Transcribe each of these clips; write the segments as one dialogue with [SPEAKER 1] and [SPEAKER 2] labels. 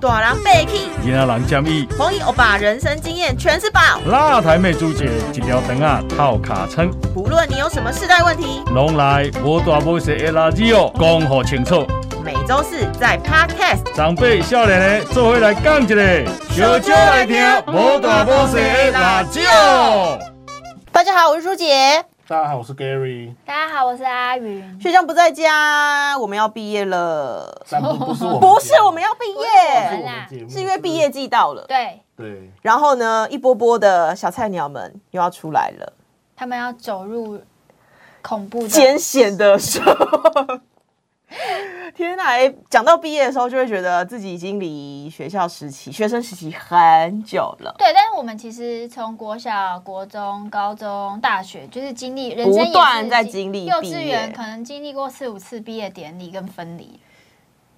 [SPEAKER 1] 大人被气，
[SPEAKER 2] 囡仔人建议，
[SPEAKER 1] 黄奕欧巴人生经验全是宝。
[SPEAKER 2] 辣台妹主姐一条肠啊套卡称，
[SPEAKER 1] 不论你有什么世代问题，
[SPEAKER 2] 拢来无大无小的垃圾哦，讲好清楚。
[SPEAKER 1] 每周四在 Podcast
[SPEAKER 2] 长辈少年的做伙来讲一个，
[SPEAKER 1] 小少来听无大无小的辣椒。大家好，我是舒姐。
[SPEAKER 3] 大家好，我是 Gary。
[SPEAKER 4] 大家好，我是阿云。
[SPEAKER 1] 学长不在家，我们要毕业了。
[SPEAKER 3] 但不不是我，
[SPEAKER 1] 不是，我们要毕
[SPEAKER 4] 不
[SPEAKER 1] 业，
[SPEAKER 4] 们
[SPEAKER 3] 啦，
[SPEAKER 1] 是因为毕业季到了。
[SPEAKER 4] 对
[SPEAKER 3] 对，
[SPEAKER 1] 然后呢，一波波的小菜鸟们又要出来了，
[SPEAKER 4] 他们要走入恐怖的
[SPEAKER 1] 艰险的时候。天哪！哎讲到毕业的时候，就会觉得自己已经离学校时期、学生时期很久了。
[SPEAKER 4] 对，但是我们其实从国小、国中、高中、大学，就是经历人生也是
[SPEAKER 1] 不断在经历
[SPEAKER 4] 幼
[SPEAKER 1] 毕
[SPEAKER 4] 稚
[SPEAKER 1] 业
[SPEAKER 4] 园可能经历过四五次毕业典礼跟分离。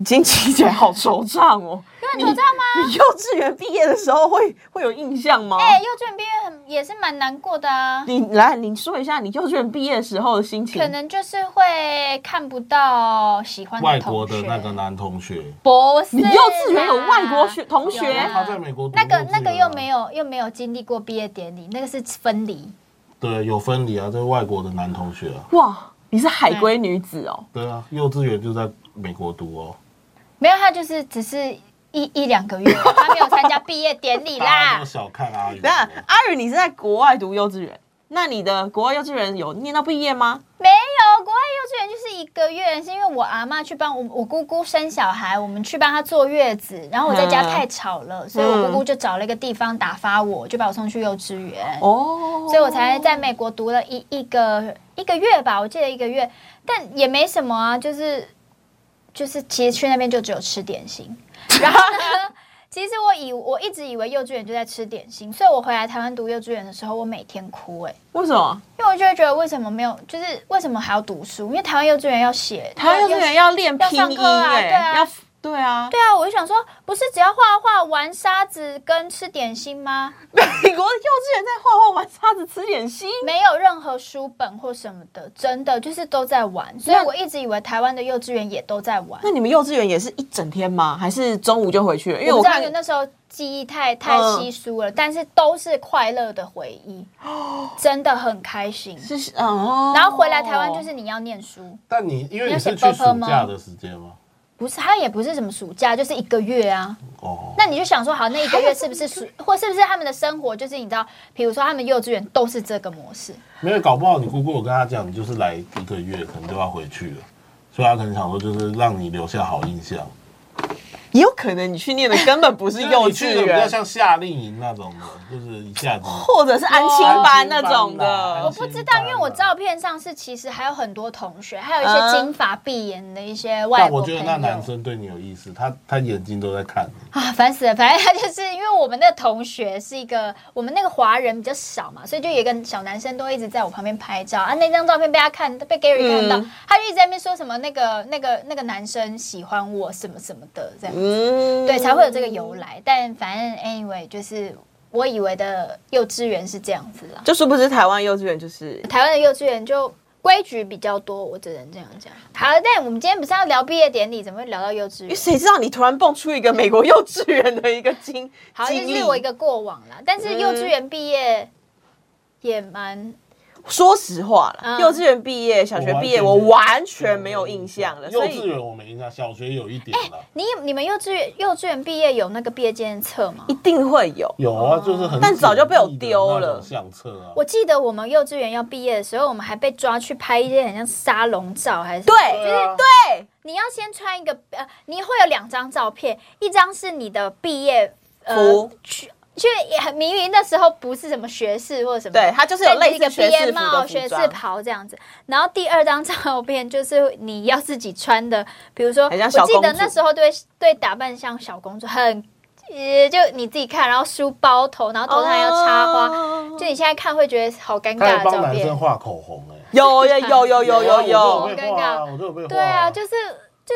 [SPEAKER 1] 经济起来好惆怅哦。
[SPEAKER 4] 你知道 吗？
[SPEAKER 1] 你幼稚园毕业的时候会会有印象吗？
[SPEAKER 4] 哎、幼稚园毕业很也是蛮难过的啊，
[SPEAKER 1] 你来，你说一下你幼稚园毕业的时候的心情。
[SPEAKER 4] 可能就是会看不到喜欢的
[SPEAKER 3] 外
[SPEAKER 4] 同
[SPEAKER 3] 国的
[SPEAKER 4] 学
[SPEAKER 3] 那个男同学，
[SPEAKER 4] 不是
[SPEAKER 1] 你
[SPEAKER 4] 啦，
[SPEAKER 1] 幼稚园有外国学同学
[SPEAKER 4] 有啊
[SPEAKER 3] 他在美国读啊
[SPEAKER 4] 那个那个又没
[SPEAKER 3] 有，
[SPEAKER 4] 有又没有经历过毕业典礼，那个是分离。
[SPEAKER 3] 对，有分离啊，这是外国的男同学啊，
[SPEAKER 1] 哇，你是海归女子哦。
[SPEAKER 3] 对啊，幼稚园就在美国读哦，
[SPEAKER 4] 没有，他就是只是一一两个月，他没有参加毕业典礼
[SPEAKER 3] 大家
[SPEAKER 4] 啦
[SPEAKER 3] 都。小看阿宇
[SPEAKER 1] 等一
[SPEAKER 3] 啊
[SPEAKER 1] 下，啊阿宇，你是在国外读幼稚园，那你的国外幼稚园有念到毕业吗？
[SPEAKER 4] 没有，国外幼稚园就是一个月，是因为我阿妈去帮我我姑姑生小孩，我们去帮她坐月子，然后我在家
[SPEAKER 1] 嗯
[SPEAKER 4] 太吵了，所以我姑姑就找了一个地方打发我，就把我送去幼稚园。
[SPEAKER 1] 哦，
[SPEAKER 4] 所以我才在美国读了一一个一个月吧，我记得一个月，但也没什么啊，就是就是其实去那边就只有吃点心， 然后呢，其实我以我一直以为幼稚园就在吃点心，所以我回来台湾读幼稚园的时候，我每天哭哎、
[SPEAKER 1] 为什么
[SPEAKER 4] 因为我就会觉得为什么没有，就是为什么还要读书？因为台湾幼稚园要写，
[SPEAKER 1] 台湾幼稚园要练拼
[SPEAKER 4] 要上
[SPEAKER 1] 音
[SPEAKER 4] 课啊
[SPEAKER 1] 哎、
[SPEAKER 4] 对啊
[SPEAKER 1] 要对啊，
[SPEAKER 4] 对啊，我就想说，不是只要画画、玩沙子跟吃点心吗？
[SPEAKER 1] 美国的幼稚园在画画、玩沙子、吃点心。
[SPEAKER 4] 没有任何书本或什么的，真的就是都在玩，所以我一直以为台湾的幼稚园也都在玩。
[SPEAKER 1] 那你们幼稚园也是一整天吗？还是中午就回去了？因为
[SPEAKER 4] 我
[SPEAKER 1] 我
[SPEAKER 4] 不知道
[SPEAKER 1] 看
[SPEAKER 4] 有那时候记忆太太稀疏了，但是都是快乐的回忆，真的很开心。
[SPEAKER 1] 是哦，
[SPEAKER 4] 然后回来台湾就是你要念书，
[SPEAKER 3] 但你因为
[SPEAKER 4] 你要
[SPEAKER 3] 你
[SPEAKER 4] 写
[SPEAKER 3] 是去暑
[SPEAKER 4] purple 吗
[SPEAKER 3] 假的时间吗？
[SPEAKER 4] 不是他也不是什么暑假，就是一个月啊。
[SPEAKER 3] 哦，
[SPEAKER 4] 那你就想说，好，那一个月是不是暑，或是不是他们的生活就是你知道，比如说他们幼稚园都是这个模式，
[SPEAKER 3] 没有，搞不好你姑姑有跟他讲，你就是来一个月，可能就要回去了，所以他可能想说，就是让你留下好印象。
[SPEAKER 1] 也有可能你去念的根本不是幼
[SPEAKER 3] 就是你去
[SPEAKER 1] 稚
[SPEAKER 3] 的比较
[SPEAKER 1] 园，
[SPEAKER 3] 像夏令营那种的，就是一下子。
[SPEAKER 1] 或者是安亲班那种
[SPEAKER 3] 安
[SPEAKER 1] 的
[SPEAKER 4] 我
[SPEAKER 3] 亲。
[SPEAKER 4] 不知道，因为我照片上是其实还有很多同学，还有一
[SPEAKER 1] 嗯
[SPEAKER 4] 些金发碧眼的一些外
[SPEAKER 3] 但
[SPEAKER 4] 国
[SPEAKER 3] 我
[SPEAKER 4] 朋
[SPEAKER 3] 觉
[SPEAKER 4] 友。
[SPEAKER 3] 得那男生对你有意思，他他眼睛都在看你。
[SPEAKER 4] 啊，烦死了！反正他 就是因为我们那个同学是一个，我们那个华人比较少嘛，所以就有一个小男生都一直在我旁边拍照啊。那张照片被他看，被 Gary 看到，
[SPEAKER 1] 嗯
[SPEAKER 4] 他就一直在那边说什么那个那个那个男生喜欢我什么什么的这样，
[SPEAKER 1] 嗯，
[SPEAKER 4] 对，才会有这个由来。但反正 anyway，就是我以为的幼稚园是这样子啦，
[SPEAKER 1] 就殊不知台湾幼稚园就是
[SPEAKER 4] 台湾的幼稚园就。规矩比较多，我只能这样讲。好，但我们今天不是要聊毕业典礼，怎么会聊到幼稚
[SPEAKER 1] 因为
[SPEAKER 4] 园？
[SPEAKER 1] 哎谁知道你突然蹦出一个美国幼稚园的一个经
[SPEAKER 4] 好，这
[SPEAKER 1] 经
[SPEAKER 4] 是
[SPEAKER 1] 历？
[SPEAKER 4] 我一个过往啦。但是幼稚园毕业也蛮……
[SPEAKER 1] 说实话了，
[SPEAKER 4] 嗯
[SPEAKER 1] 幼稚园毕业、小学毕业，我
[SPEAKER 3] 我
[SPEAKER 1] 完全没有印象 了。
[SPEAKER 3] 幼
[SPEAKER 1] 所
[SPEAKER 3] 稚
[SPEAKER 1] 以
[SPEAKER 3] 园我没印象，小学有一点了。
[SPEAKER 4] 你你们幼稚园幼稚园毕业有那个毕业纪念册吗
[SPEAKER 1] 一？定会有。
[SPEAKER 3] 有啊，就是很
[SPEAKER 1] 但早就被我
[SPEAKER 3] 紧密的
[SPEAKER 1] 丢了
[SPEAKER 3] 那种相册啊。
[SPEAKER 4] 我记得我们幼稚园要毕业的时候，我们还被抓去拍一些很像沙龙照，还是
[SPEAKER 1] 对，
[SPEAKER 3] 啊
[SPEAKER 1] 对，
[SPEAKER 4] 你要先穿一个呃，你会有两张照片，一张是你的毕业呃
[SPEAKER 1] 服
[SPEAKER 4] 去去也很明明那时候不是什么学士或者什么，
[SPEAKER 1] 对它就是有类似
[SPEAKER 4] 一个毕
[SPEAKER 1] 学士服
[SPEAKER 4] 业
[SPEAKER 1] 的
[SPEAKER 4] 帽、
[SPEAKER 1] 服
[SPEAKER 4] 学士
[SPEAKER 1] 装
[SPEAKER 4] 袍这样子。然后第二张照片就是你要自己穿的，比如说
[SPEAKER 1] 很像小
[SPEAKER 4] 我记得
[SPEAKER 1] 公主
[SPEAKER 4] 那时候对对打扮像小公主，很呃就你自己看，然后梳包头，然后头上还要插花，
[SPEAKER 1] 哦
[SPEAKER 4] 就你现在看会觉得好尴
[SPEAKER 3] 他
[SPEAKER 4] 尬
[SPEAKER 3] 还
[SPEAKER 4] 的
[SPEAKER 3] 帮
[SPEAKER 4] 照
[SPEAKER 3] 男生
[SPEAKER 4] 片，
[SPEAKER 3] 画口红哎、
[SPEAKER 1] 有有有有有有
[SPEAKER 3] 我
[SPEAKER 1] 有，
[SPEAKER 3] 都有被画啊，我都有被画、
[SPEAKER 4] 对啊，就是就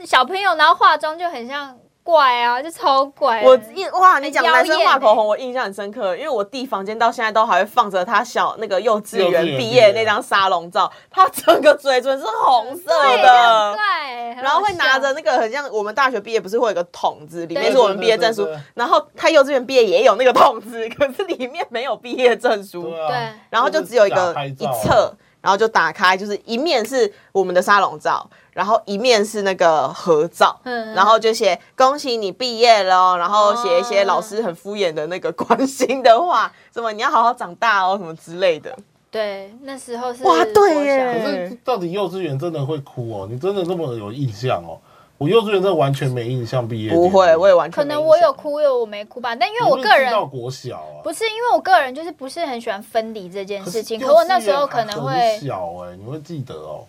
[SPEAKER 4] 是小朋友然后化妆就很像。怪啊，就超怪的。
[SPEAKER 1] 我印哇，你讲
[SPEAKER 4] 妖
[SPEAKER 1] 男生
[SPEAKER 4] 艳
[SPEAKER 1] 画
[SPEAKER 4] 欸
[SPEAKER 1] 口红，我印象很深刻，因为我弟房间到现在都还会放着他小那个幼稚
[SPEAKER 3] 幼稚
[SPEAKER 1] 园毕
[SPEAKER 3] 园毕
[SPEAKER 1] 业
[SPEAKER 3] 业
[SPEAKER 1] 那张沙龙照，他整个嘴唇是红色
[SPEAKER 4] 对
[SPEAKER 1] 的
[SPEAKER 4] 很。怪，很
[SPEAKER 1] 然后会
[SPEAKER 4] 好笑
[SPEAKER 1] 拿着那个很像我们大学毕业不是会有个桶子，里面
[SPEAKER 4] 对
[SPEAKER 1] 是我们毕业证
[SPEAKER 3] 对
[SPEAKER 1] 书
[SPEAKER 3] 对对对，
[SPEAKER 1] 然后他幼稚园毕业也有那个桶子， 可是里面没有毕业证书，
[SPEAKER 3] 对
[SPEAKER 4] 对
[SPEAKER 3] 啊，
[SPEAKER 1] 然后就只有一
[SPEAKER 3] 就是
[SPEAKER 1] 个
[SPEAKER 3] 打拍
[SPEAKER 1] 一
[SPEAKER 3] 照啊
[SPEAKER 1] 侧，然后就打开，就是一面是我们的沙龙照，然后一面是那个合照，
[SPEAKER 4] 嗯
[SPEAKER 1] 然后就写恭喜你毕业喽，然后写一
[SPEAKER 4] 哦
[SPEAKER 1] 些老师很敷衍的那个关心的话，什么你要好好长大哦，什么之类的。
[SPEAKER 4] 对，那时候是
[SPEAKER 1] 哇对
[SPEAKER 4] 国小
[SPEAKER 1] 耶
[SPEAKER 3] 可是到底幼稚园真的会哭哦？你真的那么有印象哦？我幼稚园真的完全没印象毕业典礼。
[SPEAKER 1] 不会，我也完全
[SPEAKER 4] 可
[SPEAKER 1] 没
[SPEAKER 4] 能
[SPEAKER 1] 印
[SPEAKER 4] 我有
[SPEAKER 1] 象，
[SPEAKER 4] 哭，有我没哭吧，但因为
[SPEAKER 3] 你
[SPEAKER 4] 我
[SPEAKER 3] 是
[SPEAKER 4] 个
[SPEAKER 3] 知
[SPEAKER 4] 人
[SPEAKER 3] 道国小啊，
[SPEAKER 4] 不是因为我个人就是不是很喜欢分离这件
[SPEAKER 3] 可
[SPEAKER 4] 事
[SPEAKER 3] 是啊
[SPEAKER 4] 情，
[SPEAKER 3] 幼
[SPEAKER 4] 可我
[SPEAKER 3] 稚
[SPEAKER 4] 那时候
[SPEAKER 3] 园
[SPEAKER 4] 可能
[SPEAKER 3] 很
[SPEAKER 4] 会，
[SPEAKER 3] 小哎，你会记得哦？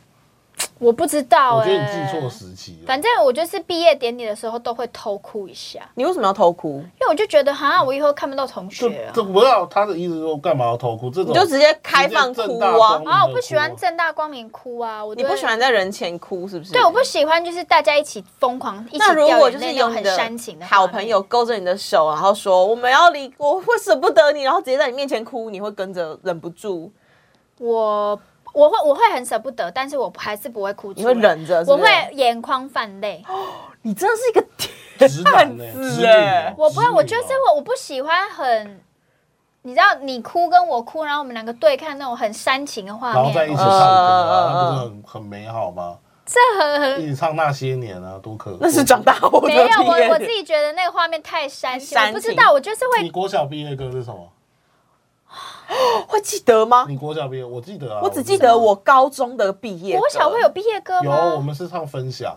[SPEAKER 4] 我不知道
[SPEAKER 3] 我
[SPEAKER 4] 哎、
[SPEAKER 3] 觉得你记错时期了。
[SPEAKER 4] 反正我就是毕业典礼的时候都会偷哭一下，
[SPEAKER 1] 你为什么要偷哭？
[SPEAKER 4] 因为我就觉得哈，我以后看不到同
[SPEAKER 3] 这
[SPEAKER 4] 学啊
[SPEAKER 3] 这
[SPEAKER 4] 了。
[SPEAKER 3] 不要他的意思是说干嘛要偷哭？这
[SPEAKER 1] 啊你
[SPEAKER 3] 种
[SPEAKER 1] 就直接开放
[SPEAKER 3] 直接
[SPEAKER 1] 哭
[SPEAKER 3] 正大
[SPEAKER 1] 啊
[SPEAKER 3] 光！明
[SPEAKER 4] 啊，
[SPEAKER 3] 地
[SPEAKER 4] 我不喜欢
[SPEAKER 3] 哭啊
[SPEAKER 4] 正大光明哭啊，我
[SPEAKER 1] 你
[SPEAKER 4] 对
[SPEAKER 1] 不喜欢在人前哭是不是？
[SPEAKER 4] 对，我不喜欢就是大家一起疯狂，一起
[SPEAKER 1] 那如
[SPEAKER 4] 掉
[SPEAKER 1] 果
[SPEAKER 4] 眼
[SPEAKER 1] 就
[SPEAKER 4] 泪
[SPEAKER 1] 是
[SPEAKER 4] 那
[SPEAKER 1] 有
[SPEAKER 4] 种
[SPEAKER 1] 你
[SPEAKER 4] 很
[SPEAKER 1] 的
[SPEAKER 4] 煽情的
[SPEAKER 1] 好
[SPEAKER 4] 画面
[SPEAKER 1] 朋友，勾着你的手，然后说我们要离，我会舍不得你，然后直接在你面前哭，你会跟着忍不住，
[SPEAKER 4] 我我会我会很舍不得，但是我还是不会哭出
[SPEAKER 1] 你
[SPEAKER 4] 来，
[SPEAKER 1] 会忍着是哦不
[SPEAKER 4] 我
[SPEAKER 1] 是，
[SPEAKER 4] 会眼眶泛泪。
[SPEAKER 1] 你真的是一个
[SPEAKER 3] 直男呢、
[SPEAKER 1] 汉子
[SPEAKER 3] 直女
[SPEAKER 1] 欸
[SPEAKER 3] 哦
[SPEAKER 4] 我不会，
[SPEAKER 3] 直女
[SPEAKER 4] 我就是
[SPEAKER 3] 哦
[SPEAKER 4] 我，我不喜欢很，你知道，你哭跟我哭，然后我们两个对看那种很煽情的画
[SPEAKER 3] 然后在一
[SPEAKER 4] 面
[SPEAKER 3] 起，唱歌啊，
[SPEAKER 1] 嗯嗯嗯
[SPEAKER 3] 那不是很很美好吗？
[SPEAKER 4] 这很很
[SPEAKER 3] 一起唱那些年啊，多可
[SPEAKER 1] 那是长大后的
[SPEAKER 4] 没有
[SPEAKER 1] 毕业
[SPEAKER 4] 我我
[SPEAKER 1] 典
[SPEAKER 4] 自己觉得那个画面太煽情，
[SPEAKER 1] 太煽
[SPEAKER 4] 我不知道，我就是
[SPEAKER 3] 你
[SPEAKER 4] 会
[SPEAKER 3] 国小毕业歌是什么？
[SPEAKER 1] 会记得吗？
[SPEAKER 3] 你国小毕业，我记得啊，
[SPEAKER 1] 我只记得我高中的毕业歌，
[SPEAKER 4] 国小会有毕业歌
[SPEAKER 3] 有，我
[SPEAKER 4] 吗？
[SPEAKER 3] 们是唱分享，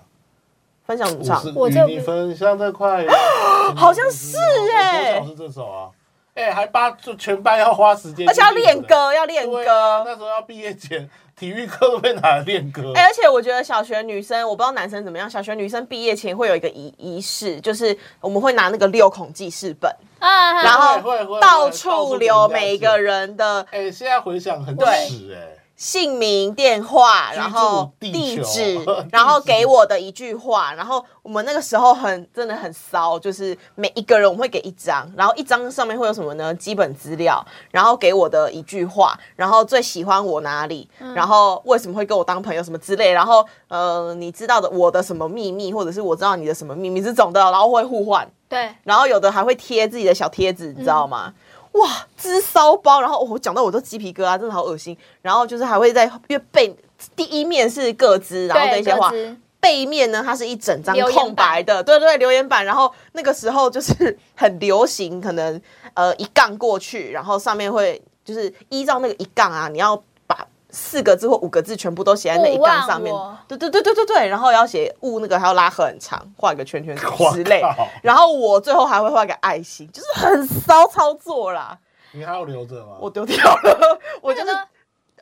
[SPEAKER 1] 分享
[SPEAKER 3] 我
[SPEAKER 1] 唱，
[SPEAKER 3] 是
[SPEAKER 4] 我这
[SPEAKER 3] 与你分享的快乐，
[SPEAKER 1] 好像是欸
[SPEAKER 3] 我国小是这首啊，哎、还八就全班要花时间，
[SPEAKER 1] 而且要练。歌，要练
[SPEAKER 3] 对啊，
[SPEAKER 1] 歌。
[SPEAKER 3] 那时候要毕业前，体育课都被拿来练歌。
[SPEAKER 1] 哎，而且我觉得小学女生，我不知道男生怎么样。小学女生毕业前会有一个仪仪式，就是我们会拿那个六孔记事本，
[SPEAKER 4] 啊，
[SPEAKER 1] 然后
[SPEAKER 3] 会会
[SPEAKER 1] 到
[SPEAKER 3] 会到
[SPEAKER 1] 处
[SPEAKER 3] 处
[SPEAKER 1] 留
[SPEAKER 3] 给人家
[SPEAKER 1] 每
[SPEAKER 3] 写
[SPEAKER 1] 个人的
[SPEAKER 3] 哎、现在回想很
[SPEAKER 1] 对
[SPEAKER 3] 耻哎、
[SPEAKER 1] 姓名、电话，
[SPEAKER 3] 居住
[SPEAKER 1] 然后
[SPEAKER 3] 地球
[SPEAKER 1] 址
[SPEAKER 3] 地 址，
[SPEAKER 1] 然后给我的一句话。然后我们那个时候很真的很骚，就是每一个人我们会给一张，然后一张上面会有什么呢？基本资料，然后给我的一句话，然后最喜欢我哪里，
[SPEAKER 3] 嗯
[SPEAKER 1] 然后为什么会跟我当朋友什么之类，然后呃，你知道的我的什么秘密，或者是我知道你的什么秘密这种的，然后会互换。
[SPEAKER 4] 对，
[SPEAKER 1] 然后有的还会贴自己的小贴纸，你知道吗？哇，织骚包，然后、哦我讲到我都鸡皮疙瘩，真的好恶心。然后就是还会在因为背第一面是各自，然后
[SPEAKER 4] 对
[SPEAKER 1] 跟一些话
[SPEAKER 4] 各，自
[SPEAKER 1] 背面呢它是一整张
[SPEAKER 4] 留言板
[SPEAKER 1] 空白的，对对，留言板。然后那个时候就是很流行，可能呃一杠过去，然后上面会就是依照那个一杠啊，你要把四个字或五个字全部都写在那一杠上面
[SPEAKER 4] 勿忘我，
[SPEAKER 1] 对对对对对对，然后要写物那个还要拉很长，画一个圈圈什么之类
[SPEAKER 3] 哇靠。
[SPEAKER 1] 然后我最后还会画个爱心，就是很骚操作啦，
[SPEAKER 3] 你还有留着吗？
[SPEAKER 1] 我丢掉了，我就是
[SPEAKER 4] 那个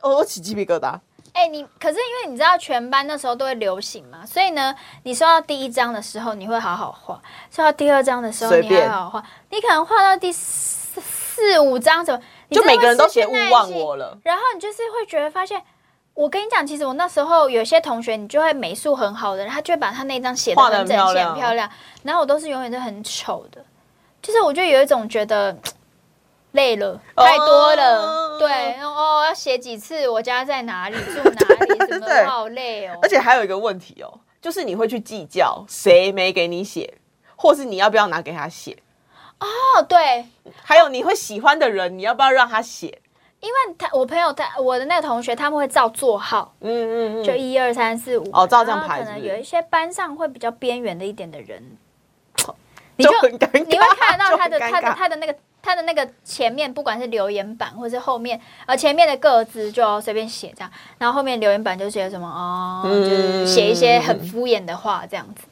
[SPEAKER 1] 我我起鸡皮疙瘩，
[SPEAKER 4] 哎、你可是因为你知道全班那时候都会流行嘛，所以呢，你收到第一张的时候你会好好画，收到第二张的时候
[SPEAKER 1] 随
[SPEAKER 4] 你
[SPEAKER 1] 便
[SPEAKER 4] 还好好画，你可能画到第四四五张什么，你
[SPEAKER 1] 就
[SPEAKER 4] 真的
[SPEAKER 1] 每个人都
[SPEAKER 4] 会失去
[SPEAKER 1] 写勿
[SPEAKER 4] 耐
[SPEAKER 1] 忘
[SPEAKER 4] 心
[SPEAKER 1] 我了。
[SPEAKER 4] 然后你就是会觉得发现，我跟你讲，其实我那时候有些同学，你就会美术很好的人，他就会把他那张写的
[SPEAKER 1] 画得
[SPEAKER 4] 很
[SPEAKER 1] 很
[SPEAKER 4] 整
[SPEAKER 1] 漂
[SPEAKER 4] 齐、
[SPEAKER 1] 亮
[SPEAKER 4] 很漂亮，然后我都是永远都很丑的，就是我就有一种觉得累了，太多了，
[SPEAKER 1] 哦
[SPEAKER 4] 对，然后哦要写几次，我家在哪里，住哪里，什么
[SPEAKER 1] 对
[SPEAKER 4] 的，好累哦
[SPEAKER 1] 而。且还有一个问题哦，就是你会去计较谁没给你写，或是你要不要拿给他写，
[SPEAKER 4] 哦，对，
[SPEAKER 1] 还有你会喜欢的人，你要不要让他写？
[SPEAKER 4] 因为他我朋友他我的那个同学他们会照座号，
[SPEAKER 1] 嗯嗯
[SPEAKER 4] 就
[SPEAKER 1] 嗯，
[SPEAKER 4] 一二三四五
[SPEAKER 1] 哦照这样
[SPEAKER 4] 然后
[SPEAKER 1] 排
[SPEAKER 4] 可
[SPEAKER 1] 是
[SPEAKER 4] 能
[SPEAKER 1] 不是
[SPEAKER 4] 有一些班上会比较边缘的一点的人，你
[SPEAKER 1] 就
[SPEAKER 4] 就
[SPEAKER 1] 很尴尬，
[SPEAKER 4] 你会看得到他的
[SPEAKER 1] 就很尴
[SPEAKER 4] 他的
[SPEAKER 1] 尬
[SPEAKER 4] 他的那个他的那个前面，不管是留言板或是后面，呃，前面的个字就随便写这样，然后后面留言板就写什么哦，
[SPEAKER 1] 嗯
[SPEAKER 4] 就是写一些很敷衍的话这样子，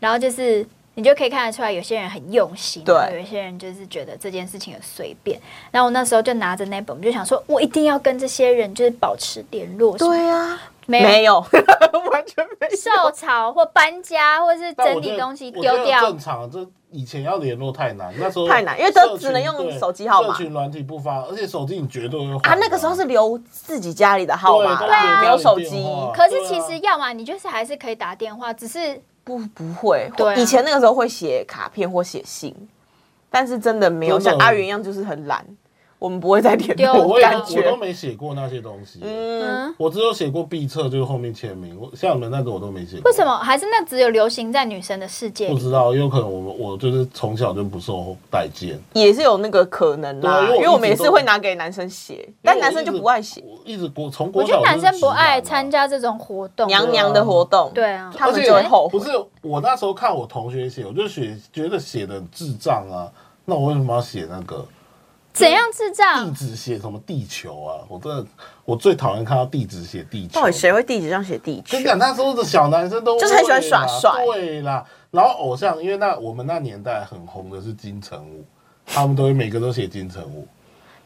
[SPEAKER 4] 然后就是你就可以看得出来，有些人很用心，
[SPEAKER 1] 对
[SPEAKER 4] 然后有些人就是觉得这件事情很随便。然后我那时候就拿着那本，我就想说我一定要跟这些人就是保持联络，
[SPEAKER 1] 对，啊，
[SPEAKER 4] 没有
[SPEAKER 1] 没有， 完全没
[SPEAKER 4] 受
[SPEAKER 1] 有。
[SPEAKER 4] 潮或搬家或是
[SPEAKER 3] 但
[SPEAKER 4] 整
[SPEAKER 3] 我觉
[SPEAKER 4] 理
[SPEAKER 3] 得
[SPEAKER 4] 东西
[SPEAKER 3] 我觉得
[SPEAKER 4] 丢掉
[SPEAKER 3] 正，常，这以前要联络太难，那时候
[SPEAKER 1] 太难因为都
[SPEAKER 3] 社群
[SPEAKER 1] 只能用
[SPEAKER 3] 对
[SPEAKER 1] 手机号码
[SPEAKER 3] 社群软体不发，而且手机你绝对会换
[SPEAKER 1] 啊，
[SPEAKER 3] 的
[SPEAKER 1] 那个时候是留自己家里的号码
[SPEAKER 3] 对
[SPEAKER 1] 啦，
[SPEAKER 3] 都
[SPEAKER 1] 没
[SPEAKER 3] 留
[SPEAKER 1] 有
[SPEAKER 3] 家
[SPEAKER 1] 手
[SPEAKER 3] 里
[SPEAKER 1] 机
[SPEAKER 3] 电话
[SPEAKER 4] 可是
[SPEAKER 3] 对
[SPEAKER 4] 其
[SPEAKER 3] 啊
[SPEAKER 4] 实要么你就是还是可以打电话，只是
[SPEAKER 1] 不不会，
[SPEAKER 4] 对啊
[SPEAKER 1] 以前那个时候会写卡片或写信，但是真的没有
[SPEAKER 3] 真的
[SPEAKER 1] 像阿元一样就是很懒，我们不会再联
[SPEAKER 4] 丢
[SPEAKER 1] 络
[SPEAKER 3] 我也
[SPEAKER 1] 感
[SPEAKER 3] 我都
[SPEAKER 1] 觉。
[SPEAKER 3] 没写过那些东西，
[SPEAKER 4] 嗯，
[SPEAKER 3] 我只有写过必测，就是后面签名。我像你们那个我都没写过。
[SPEAKER 4] 为什？么？还是那只有流行在女生的世界
[SPEAKER 3] 不
[SPEAKER 4] 里？
[SPEAKER 3] 知道，也有可能我我就是从小就不受待见，
[SPEAKER 1] 也是有那个可能啦，
[SPEAKER 3] 对啊因为我
[SPEAKER 1] 因为我们
[SPEAKER 3] 一
[SPEAKER 1] 也
[SPEAKER 3] 直都
[SPEAKER 1] 是会拿给男生写，但男生就不爱写。
[SPEAKER 3] 我一直国从
[SPEAKER 4] 我
[SPEAKER 3] 国
[SPEAKER 4] 觉
[SPEAKER 3] 小
[SPEAKER 4] 得男生不爱参
[SPEAKER 3] 加，
[SPEAKER 4] 加这种活动。
[SPEAKER 1] 娘娘的活动，
[SPEAKER 4] 对啊，
[SPEAKER 1] 他们就会后悔
[SPEAKER 3] 不。是我那时候看我同学写，我就写觉得写的智障啊，那我为什么要写那个
[SPEAKER 4] 怎样智
[SPEAKER 3] 地
[SPEAKER 4] 障？
[SPEAKER 3] 址写什么地球啊？我真的我最讨厌看到地址写地球。
[SPEAKER 1] 到底谁会地址上写地址
[SPEAKER 3] 跟你？讲，那时候的小男生都
[SPEAKER 1] 就是很喜欢
[SPEAKER 3] 会
[SPEAKER 1] 耍
[SPEAKER 3] 啦
[SPEAKER 1] 帅
[SPEAKER 3] 对啦。然后偶像，因为那我们那年代很红的是金城武，他们都会每个都写金城武。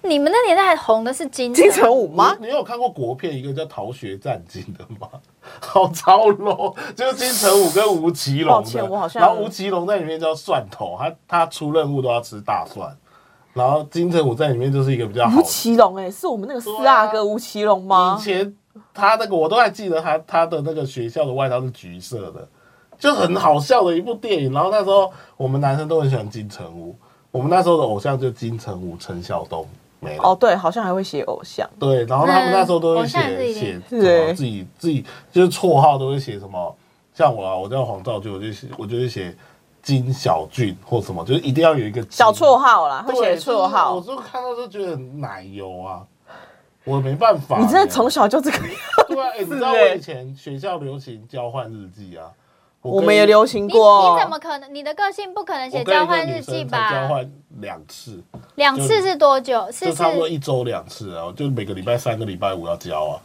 [SPEAKER 4] 你们那年代红的是金
[SPEAKER 1] 金城武吗？
[SPEAKER 3] 你你有看过国片一个叫《逃学战警》的吗？ 好糟喽，就是金城武跟吴奇隆
[SPEAKER 1] 抱
[SPEAKER 3] 的。
[SPEAKER 1] 歉我好像
[SPEAKER 3] 然后吴奇隆在里面叫蒜头，他他出任务都要吃大蒜。然后金城武在里面就是一个比较 好
[SPEAKER 1] 吴奇隆，哎，是我们那个四阿
[SPEAKER 3] 对啊
[SPEAKER 1] 哥吴奇隆
[SPEAKER 3] 以
[SPEAKER 1] 吗？
[SPEAKER 3] 前他那个我都还记得他他的那个学校的外套是橘色的，就很好笑的一部电影。然后那时候我们男生都很喜欢金城武，我们那时候的偶像就金城武、陈晓东没了。
[SPEAKER 1] 哦，对，好像还会写偶像。
[SPEAKER 3] 对，然后他们那时候都会写
[SPEAKER 4] 嗯偶像也是一
[SPEAKER 3] 写
[SPEAKER 4] 定
[SPEAKER 3] 什么
[SPEAKER 1] 对
[SPEAKER 3] 自己自己就是绰号都会写什么，像我啊，我叫黄兆俊，我就写我就会写金小俊或什么，就是一定要有一个金
[SPEAKER 1] 小绰号啦，会
[SPEAKER 3] 对
[SPEAKER 1] 写绰号。
[SPEAKER 3] 就是我就看到就觉得很奶油啊，我没办法欸。
[SPEAKER 1] 你真的从小就这个样，
[SPEAKER 3] 对啊，哎、你知道
[SPEAKER 1] 是欸
[SPEAKER 3] 我以前学校流行交换日记啊，我
[SPEAKER 1] 我
[SPEAKER 3] 跟
[SPEAKER 1] 们也流行
[SPEAKER 4] 你
[SPEAKER 1] 过。
[SPEAKER 4] 你怎么可能？你的个性不可能
[SPEAKER 3] 我跟一
[SPEAKER 4] 写
[SPEAKER 3] 个
[SPEAKER 4] 交换
[SPEAKER 3] 女
[SPEAKER 4] 日记
[SPEAKER 3] 生才交
[SPEAKER 4] 吧？
[SPEAKER 3] 换两次，
[SPEAKER 4] 两次是多久？是
[SPEAKER 3] 就是差不多一周两次啊，就每个礼拜三个礼拜五要交啊。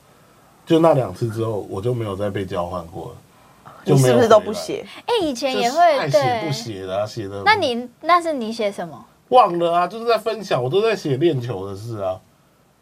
[SPEAKER 3] 就那两次之后，我就没有再被交换过了，就
[SPEAKER 1] 你
[SPEAKER 3] 没有
[SPEAKER 1] 是不是都
[SPEAKER 3] 回来
[SPEAKER 1] 不？写？
[SPEAKER 4] 哎，以前
[SPEAKER 3] 就是
[SPEAKER 4] 也
[SPEAKER 3] 爱
[SPEAKER 4] 会
[SPEAKER 3] 写不
[SPEAKER 4] 对。
[SPEAKER 3] 写的啊，写的。
[SPEAKER 4] 那你那是你写什么？
[SPEAKER 3] 忘了啊？就是在分享，我都在写练球的事啊。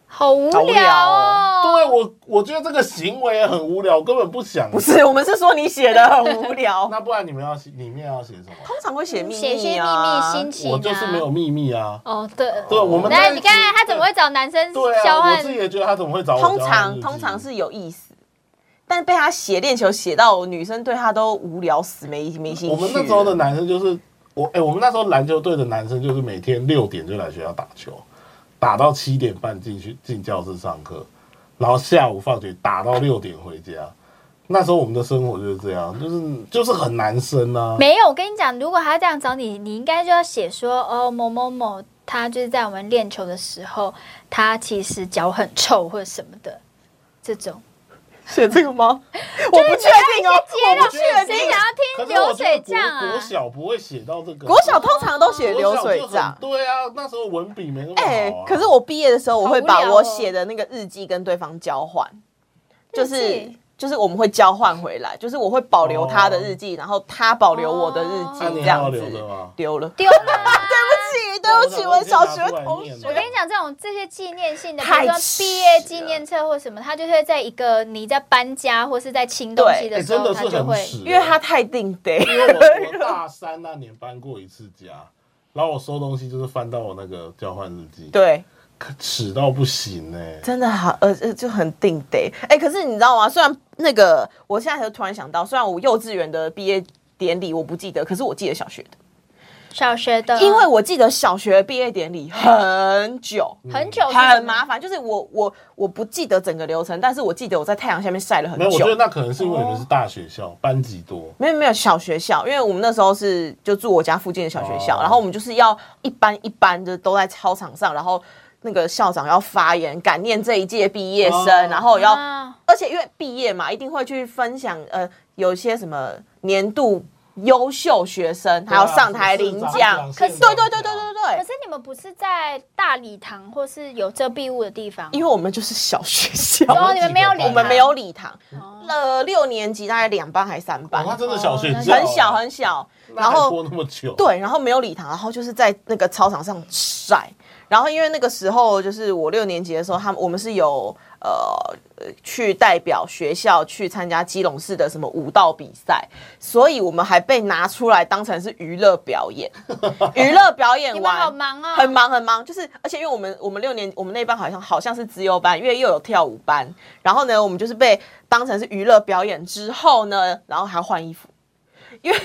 [SPEAKER 4] 好无
[SPEAKER 1] 好无
[SPEAKER 4] 聊
[SPEAKER 1] 聊
[SPEAKER 4] 哦
[SPEAKER 1] 哦。
[SPEAKER 3] 对我，我觉得这个行为很无聊，根本不想。
[SPEAKER 1] 不是，我们是说你写的很无聊。
[SPEAKER 3] 那不然你们要写，里面要写什么？
[SPEAKER 1] 通常会写秘密、啊，
[SPEAKER 4] 写一些秘密心情、啊。
[SPEAKER 3] 我就是没有秘密啊。
[SPEAKER 4] 哦，对，
[SPEAKER 3] 对，我们
[SPEAKER 4] 那
[SPEAKER 3] 在一
[SPEAKER 4] 你
[SPEAKER 3] 起
[SPEAKER 4] 看看他怎么会找男生
[SPEAKER 3] 对啊，
[SPEAKER 4] 交
[SPEAKER 3] 我
[SPEAKER 4] 换？
[SPEAKER 3] 自己也觉得他怎么会找我交换
[SPEAKER 1] 通
[SPEAKER 3] 日记？
[SPEAKER 1] 常通常是有意思，但被他写练球写到女生对他都无聊死没没兴趣。
[SPEAKER 3] 我们那时候的男生就是我，哎、我们那时候篮球队的男生就是每天六点就来学校打球，打到七点半进去进教室上课，然后下午放学打到六点回家。那时候我们的生活就是这样，就是就是很男生啊。
[SPEAKER 4] 没有，我跟你讲，如果他这样找你，你应该就要写说哦，某某某，他就是在我们练球的时候，他其实脚很臭或者什么的，这种。
[SPEAKER 1] 写这个吗？我不确定哦，我不确
[SPEAKER 4] 谁
[SPEAKER 1] 定。
[SPEAKER 4] 想
[SPEAKER 3] 可是我觉得
[SPEAKER 4] 要听流水
[SPEAKER 3] 国
[SPEAKER 4] 账啊？
[SPEAKER 3] 国小不会写到这个，
[SPEAKER 1] 国小通常都写流水
[SPEAKER 3] 国小就很
[SPEAKER 1] 账。
[SPEAKER 3] 对啊，那时候文笔没那么好、啊
[SPEAKER 1] 哎、可是我毕业的时候，我会
[SPEAKER 4] 好无
[SPEAKER 1] 把
[SPEAKER 4] 聊哦
[SPEAKER 1] 我写的那个日记跟对方交换，就
[SPEAKER 4] 日
[SPEAKER 1] 是
[SPEAKER 4] 记
[SPEAKER 1] 就是我们会交换回来，就是我会保留他的日记，然后他保留我的日
[SPEAKER 3] 哦那
[SPEAKER 1] 记，这
[SPEAKER 3] 你还要
[SPEAKER 1] 样子
[SPEAKER 3] 留着吗？哦
[SPEAKER 1] 丢了。
[SPEAKER 4] 丢了。
[SPEAKER 1] 对不起，对不起，
[SPEAKER 3] 我的
[SPEAKER 1] 我小
[SPEAKER 3] 老
[SPEAKER 1] 学
[SPEAKER 3] 师拿出来
[SPEAKER 1] 同
[SPEAKER 3] 念
[SPEAKER 1] 学
[SPEAKER 3] 了
[SPEAKER 4] 我跟你讲，这种这些纪念性的，比
[SPEAKER 1] 太
[SPEAKER 4] 如说
[SPEAKER 1] 气
[SPEAKER 4] 毕业纪念册或什么，他就会在一个你在搬家或是在清东西
[SPEAKER 1] 对
[SPEAKER 3] 哎、
[SPEAKER 4] 的时
[SPEAKER 3] 真
[SPEAKER 4] 候，
[SPEAKER 3] 的
[SPEAKER 4] 他
[SPEAKER 3] 是
[SPEAKER 4] 就
[SPEAKER 3] 很
[SPEAKER 4] 会。
[SPEAKER 3] 屎、
[SPEAKER 1] 因
[SPEAKER 3] 欸
[SPEAKER 1] 为他太定得。
[SPEAKER 3] 因为我我大三那年搬过一次家，然后我收东西就是翻到我那个交换日记，，
[SPEAKER 1] 对，
[SPEAKER 3] 耻到不行哎、
[SPEAKER 1] 真的好，呃，呃就很定得。哎、可是你知道吗？虽然那个，我现在才突然想到，虽然我幼稚园的毕业典礼我不记得，可是我记得小学的，
[SPEAKER 4] 小学的，
[SPEAKER 1] 因为我记得小学毕业典礼很久。
[SPEAKER 4] 很久是
[SPEAKER 1] 很
[SPEAKER 4] 吗
[SPEAKER 1] 麻烦，就是我我我不记得整个流程，但是我记得我在太阳下面晒了很
[SPEAKER 3] 没有，我
[SPEAKER 1] 久
[SPEAKER 3] 觉。得那可能是因为你
[SPEAKER 4] 哦
[SPEAKER 3] 们是大学校，班级多，
[SPEAKER 1] 没有没有小学校，因为我们那时候是就住我家附近的小学校，
[SPEAKER 3] 哦
[SPEAKER 1] 然后我们就是要一班一班的都在操场上，然后那个校长要发言感念这一届毕业生，
[SPEAKER 3] 哦
[SPEAKER 1] 然后要、
[SPEAKER 4] 啊
[SPEAKER 1] 而且因为毕业嘛，一定会去分享呃有一些什么年度优秀学生，还要上台领奖。
[SPEAKER 3] 可
[SPEAKER 1] 对对对对对
[SPEAKER 4] 可
[SPEAKER 1] 对，
[SPEAKER 4] 是啊你们不是在大礼堂或是有遮蔽物的地方？
[SPEAKER 1] 因为我们就是小学校，
[SPEAKER 4] 哦，你们没有礼堂，
[SPEAKER 1] 我啊们没有礼堂，
[SPEAKER 4] 哦。
[SPEAKER 1] 呃，六年级大概两班还三班，
[SPEAKER 3] 哦，他真的小学
[SPEAKER 4] 哦
[SPEAKER 3] 校、
[SPEAKER 1] 很小，很小，
[SPEAKER 3] 那
[SPEAKER 1] 然
[SPEAKER 3] 还
[SPEAKER 1] 后
[SPEAKER 3] 拖那么久，，
[SPEAKER 1] 对，然后没有礼堂，然后就是在那个操场上晒。然后因为那个时候就是我六年级的时候，他们我们是有呃呃去代表学校去参加基隆市的什么舞蹈比赛，所以我们还被拿出来当成是娱乐表演，娱乐表演
[SPEAKER 4] 你们
[SPEAKER 1] 完
[SPEAKER 4] 好忙哦，
[SPEAKER 1] 很忙很忙，就是而且因为我们我们六年我们那班好像好像是资优班，因为又有跳舞班，然后呢我们就是被当成是娱乐表演之后呢，然后还要换衣服，因为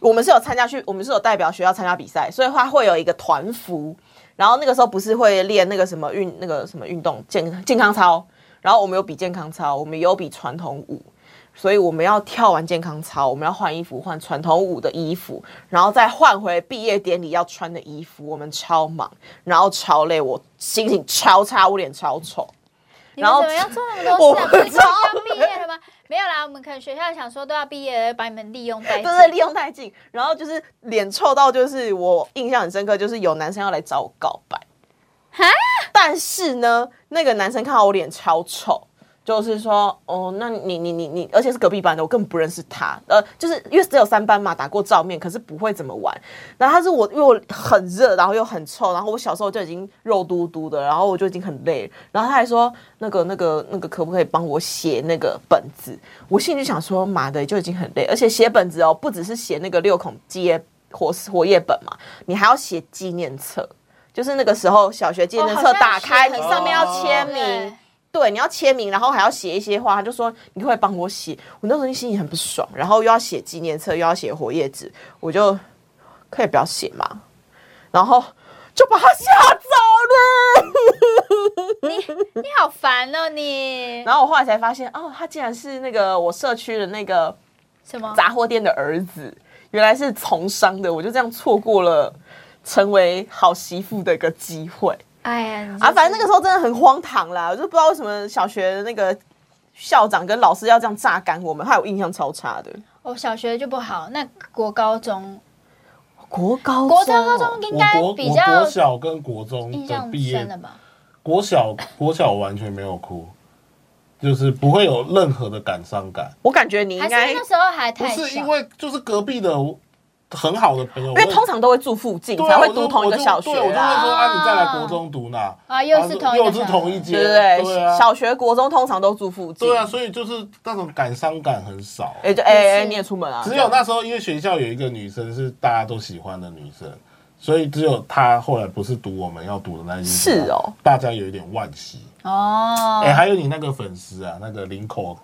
[SPEAKER 1] 我们是有参加去，我们是有代表学校参加比赛，所以他会有一个团服。然后那个时候不是会练那个什么运那个什么运动健健康操，然后我们有比健康操，我们有比传统舞，所以我们要跳完健康操，我们要换衣服，换传统舞的衣服，然后再换回毕业典礼要穿的衣服。我们超忙，然后超累，我心情超差，我脸超丑。
[SPEAKER 4] 你们
[SPEAKER 1] 然后
[SPEAKER 4] 怎么要做那么多事啊？
[SPEAKER 1] 我
[SPEAKER 4] 不
[SPEAKER 1] 不
[SPEAKER 4] 是
[SPEAKER 1] 知
[SPEAKER 4] 快
[SPEAKER 1] 道
[SPEAKER 4] 要毕业了吗？没有啦，我们可能学校想说都要毕业了，把你们利用殆
[SPEAKER 1] 对哦对，
[SPEAKER 4] 尽。
[SPEAKER 1] 利用殆尽，然后就是脸臭到，就是我印象很深刻，就是有男生要来找我告白，但是呢，那个男生看到我脸超丑，就是说，哦，那你你你你，而且是隔壁班的，我根本不认识他，呃，就是因为只有三班嘛，打过照面，可是不会怎么玩。然后他是我，因为我很热，然后又很臭，然后我小时候就已经肉嘟嘟的，然后我就已经很累了。然后他还说，那个那个那个，可不可以帮我写那个本子？我心里就想说，妈的，就已经很累，而且写本子哦，不只是写那个六孔接活活页本嘛，你还要写纪念册。就是那个时候，小学纪念册打开，你上面要签
[SPEAKER 4] 哦
[SPEAKER 1] 名，对，你要签名，然后还要写一些话。他就说你可不可以帮我写？我那时候就心里很不爽，然后又要写纪念册，又要写活页纸，我就可以不要写嘛，然后就把他吓走了。
[SPEAKER 4] 你好烦哦，你
[SPEAKER 1] 然后我后来才发现，哦，他竟然是那个我社区的那个
[SPEAKER 4] 什么？
[SPEAKER 1] 杂货店的儿子，原来是从商的，我就这样错过了成为好媳妇的一个机会。
[SPEAKER 4] 哎呀，你真是
[SPEAKER 1] 啊，反正那个时候真的很荒唐啦，我就不知道为什么小学的那个校长跟老师要这样榨干我们，害我印象超差的。
[SPEAKER 4] 我小学就不好，那国高中、
[SPEAKER 1] 国高
[SPEAKER 4] 国中、高中应
[SPEAKER 3] 我
[SPEAKER 4] 该
[SPEAKER 3] 国
[SPEAKER 4] 比
[SPEAKER 3] 我
[SPEAKER 4] 较
[SPEAKER 3] 国小跟国中
[SPEAKER 4] 印
[SPEAKER 3] 的
[SPEAKER 4] 象
[SPEAKER 3] 毕业
[SPEAKER 4] 深了，吧？
[SPEAKER 3] 国小国小完全没有哭，就是不会有任何的感伤感。
[SPEAKER 1] 我感觉你应
[SPEAKER 4] 还是
[SPEAKER 1] 该，
[SPEAKER 4] 因为那时候还
[SPEAKER 3] 不
[SPEAKER 4] 太
[SPEAKER 3] 是
[SPEAKER 4] 小
[SPEAKER 3] 因，为就是隔壁的很好的朋友，
[SPEAKER 1] 因
[SPEAKER 3] 因
[SPEAKER 1] 为通常都会住附近
[SPEAKER 3] 对啊
[SPEAKER 1] 才会
[SPEAKER 3] 我就
[SPEAKER 1] 读同一个小学
[SPEAKER 3] 我就对，我就会
[SPEAKER 1] 啊，
[SPEAKER 3] 说啊，你再来国中读哪？
[SPEAKER 4] 啊又是同一个
[SPEAKER 3] 又是同一
[SPEAKER 4] 小
[SPEAKER 3] 间，
[SPEAKER 1] 对不对？
[SPEAKER 3] 对啊，
[SPEAKER 1] 小学、国中通常都住附近，
[SPEAKER 3] 对啊，所以就是那种感伤感很少。啊
[SPEAKER 1] 哎就哎
[SPEAKER 4] 也
[SPEAKER 1] 哎，
[SPEAKER 4] 是
[SPEAKER 1] 你也出门啊？
[SPEAKER 3] 只有那时候，因为学校有一个女生是大家都喜欢的女生，所以只有她后来不是读我们要读的那一间，
[SPEAKER 1] 是哦，嗯
[SPEAKER 3] 大家有一点惋惜。
[SPEAKER 4] 哦
[SPEAKER 3] 哎、，还有你那个粉丝啊，那个林口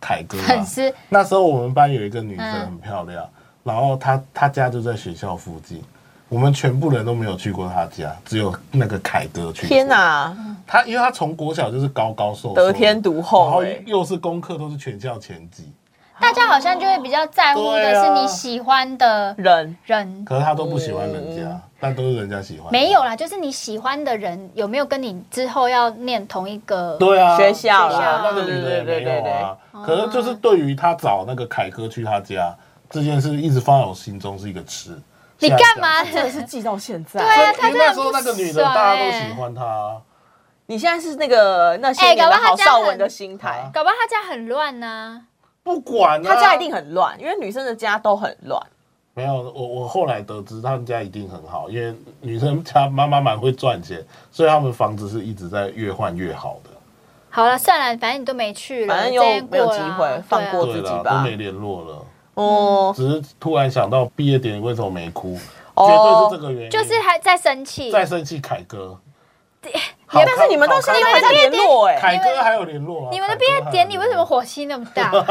[SPEAKER 3] 凯哥、啊，
[SPEAKER 4] 粉丝
[SPEAKER 3] 那时候我们班有一个女生
[SPEAKER 4] 嗯
[SPEAKER 3] 很漂亮，然后她她家就在学校附近，我们全部人都没有去过她家，只有那个凯哥去。
[SPEAKER 1] 天！哪，
[SPEAKER 3] 她因为她从国小就是高高瘦瘦，
[SPEAKER 1] 得天独
[SPEAKER 3] 然
[SPEAKER 1] 厚
[SPEAKER 3] 后
[SPEAKER 1] 哎，
[SPEAKER 3] 又是功课都是全校前几，
[SPEAKER 4] 大家好像就会比较在乎的
[SPEAKER 3] 对
[SPEAKER 4] 是
[SPEAKER 3] 啊
[SPEAKER 4] 你喜欢的
[SPEAKER 1] 人
[SPEAKER 4] 人，
[SPEAKER 3] 可是她都不喜欢人家，但都是人家喜欢。
[SPEAKER 4] 嗯没有啦，就是你喜欢的人有没有跟你之后要念同一个？
[SPEAKER 3] 对啊，
[SPEAKER 1] 学校啦
[SPEAKER 3] 对啊那个
[SPEAKER 1] 对
[SPEAKER 3] 女
[SPEAKER 1] 对
[SPEAKER 3] 的也
[SPEAKER 1] 对
[SPEAKER 3] 没有啊。
[SPEAKER 4] 对对
[SPEAKER 3] 可能就是对于她找那个凯哥去她家这件事，一直放在我心中是一个吃。
[SPEAKER 4] 你
[SPEAKER 3] 现在
[SPEAKER 4] 干
[SPEAKER 3] 想
[SPEAKER 4] 嘛
[SPEAKER 3] 起
[SPEAKER 1] 真
[SPEAKER 3] 来
[SPEAKER 1] 的是记到现
[SPEAKER 4] 对
[SPEAKER 1] 在。
[SPEAKER 4] 啊
[SPEAKER 3] 因为那时候那个女的
[SPEAKER 4] 她真的很不爽欸
[SPEAKER 3] 大家都喜欢她啊，
[SPEAKER 1] 你现在是那个那些
[SPEAKER 4] 哎
[SPEAKER 1] 年的
[SPEAKER 4] 搞不好
[SPEAKER 1] 郝
[SPEAKER 4] 他家
[SPEAKER 1] 邵
[SPEAKER 4] 很
[SPEAKER 1] 文的心态，
[SPEAKER 3] 啊
[SPEAKER 4] 搞不好他家很乱呐、
[SPEAKER 3] 不管啊
[SPEAKER 1] 他家一定很乱，因为女生的家都很乱。
[SPEAKER 3] 没有。我我后来得知他们家一定很好，因为女生家妈妈蛮会赚钱，所以他们房子是一直在越换越好的。
[SPEAKER 4] 好了，算了，反正你都没去了，
[SPEAKER 1] 反正又
[SPEAKER 4] 这样过了
[SPEAKER 1] 没有机会放过
[SPEAKER 4] 对啊
[SPEAKER 1] 自
[SPEAKER 3] 对
[SPEAKER 1] 己
[SPEAKER 3] 啦，
[SPEAKER 1] 吧
[SPEAKER 3] 都没联络了。
[SPEAKER 4] 嗯
[SPEAKER 1] 哦，
[SPEAKER 3] 只是突然想到毕业典礼为什么没哭，
[SPEAKER 1] 哦
[SPEAKER 3] 绝对是这个原因。
[SPEAKER 4] 就是还在生气。
[SPEAKER 3] 在生气凯哥，好
[SPEAKER 1] 哎但是你们到现在还在联络哎、
[SPEAKER 3] 凯哥还有联络啊。
[SPEAKER 4] 你们的
[SPEAKER 3] 凯
[SPEAKER 4] 毕
[SPEAKER 3] 哥还有联
[SPEAKER 4] 业
[SPEAKER 3] 络
[SPEAKER 4] 典礼为什么火气那么 大？
[SPEAKER 3] 哦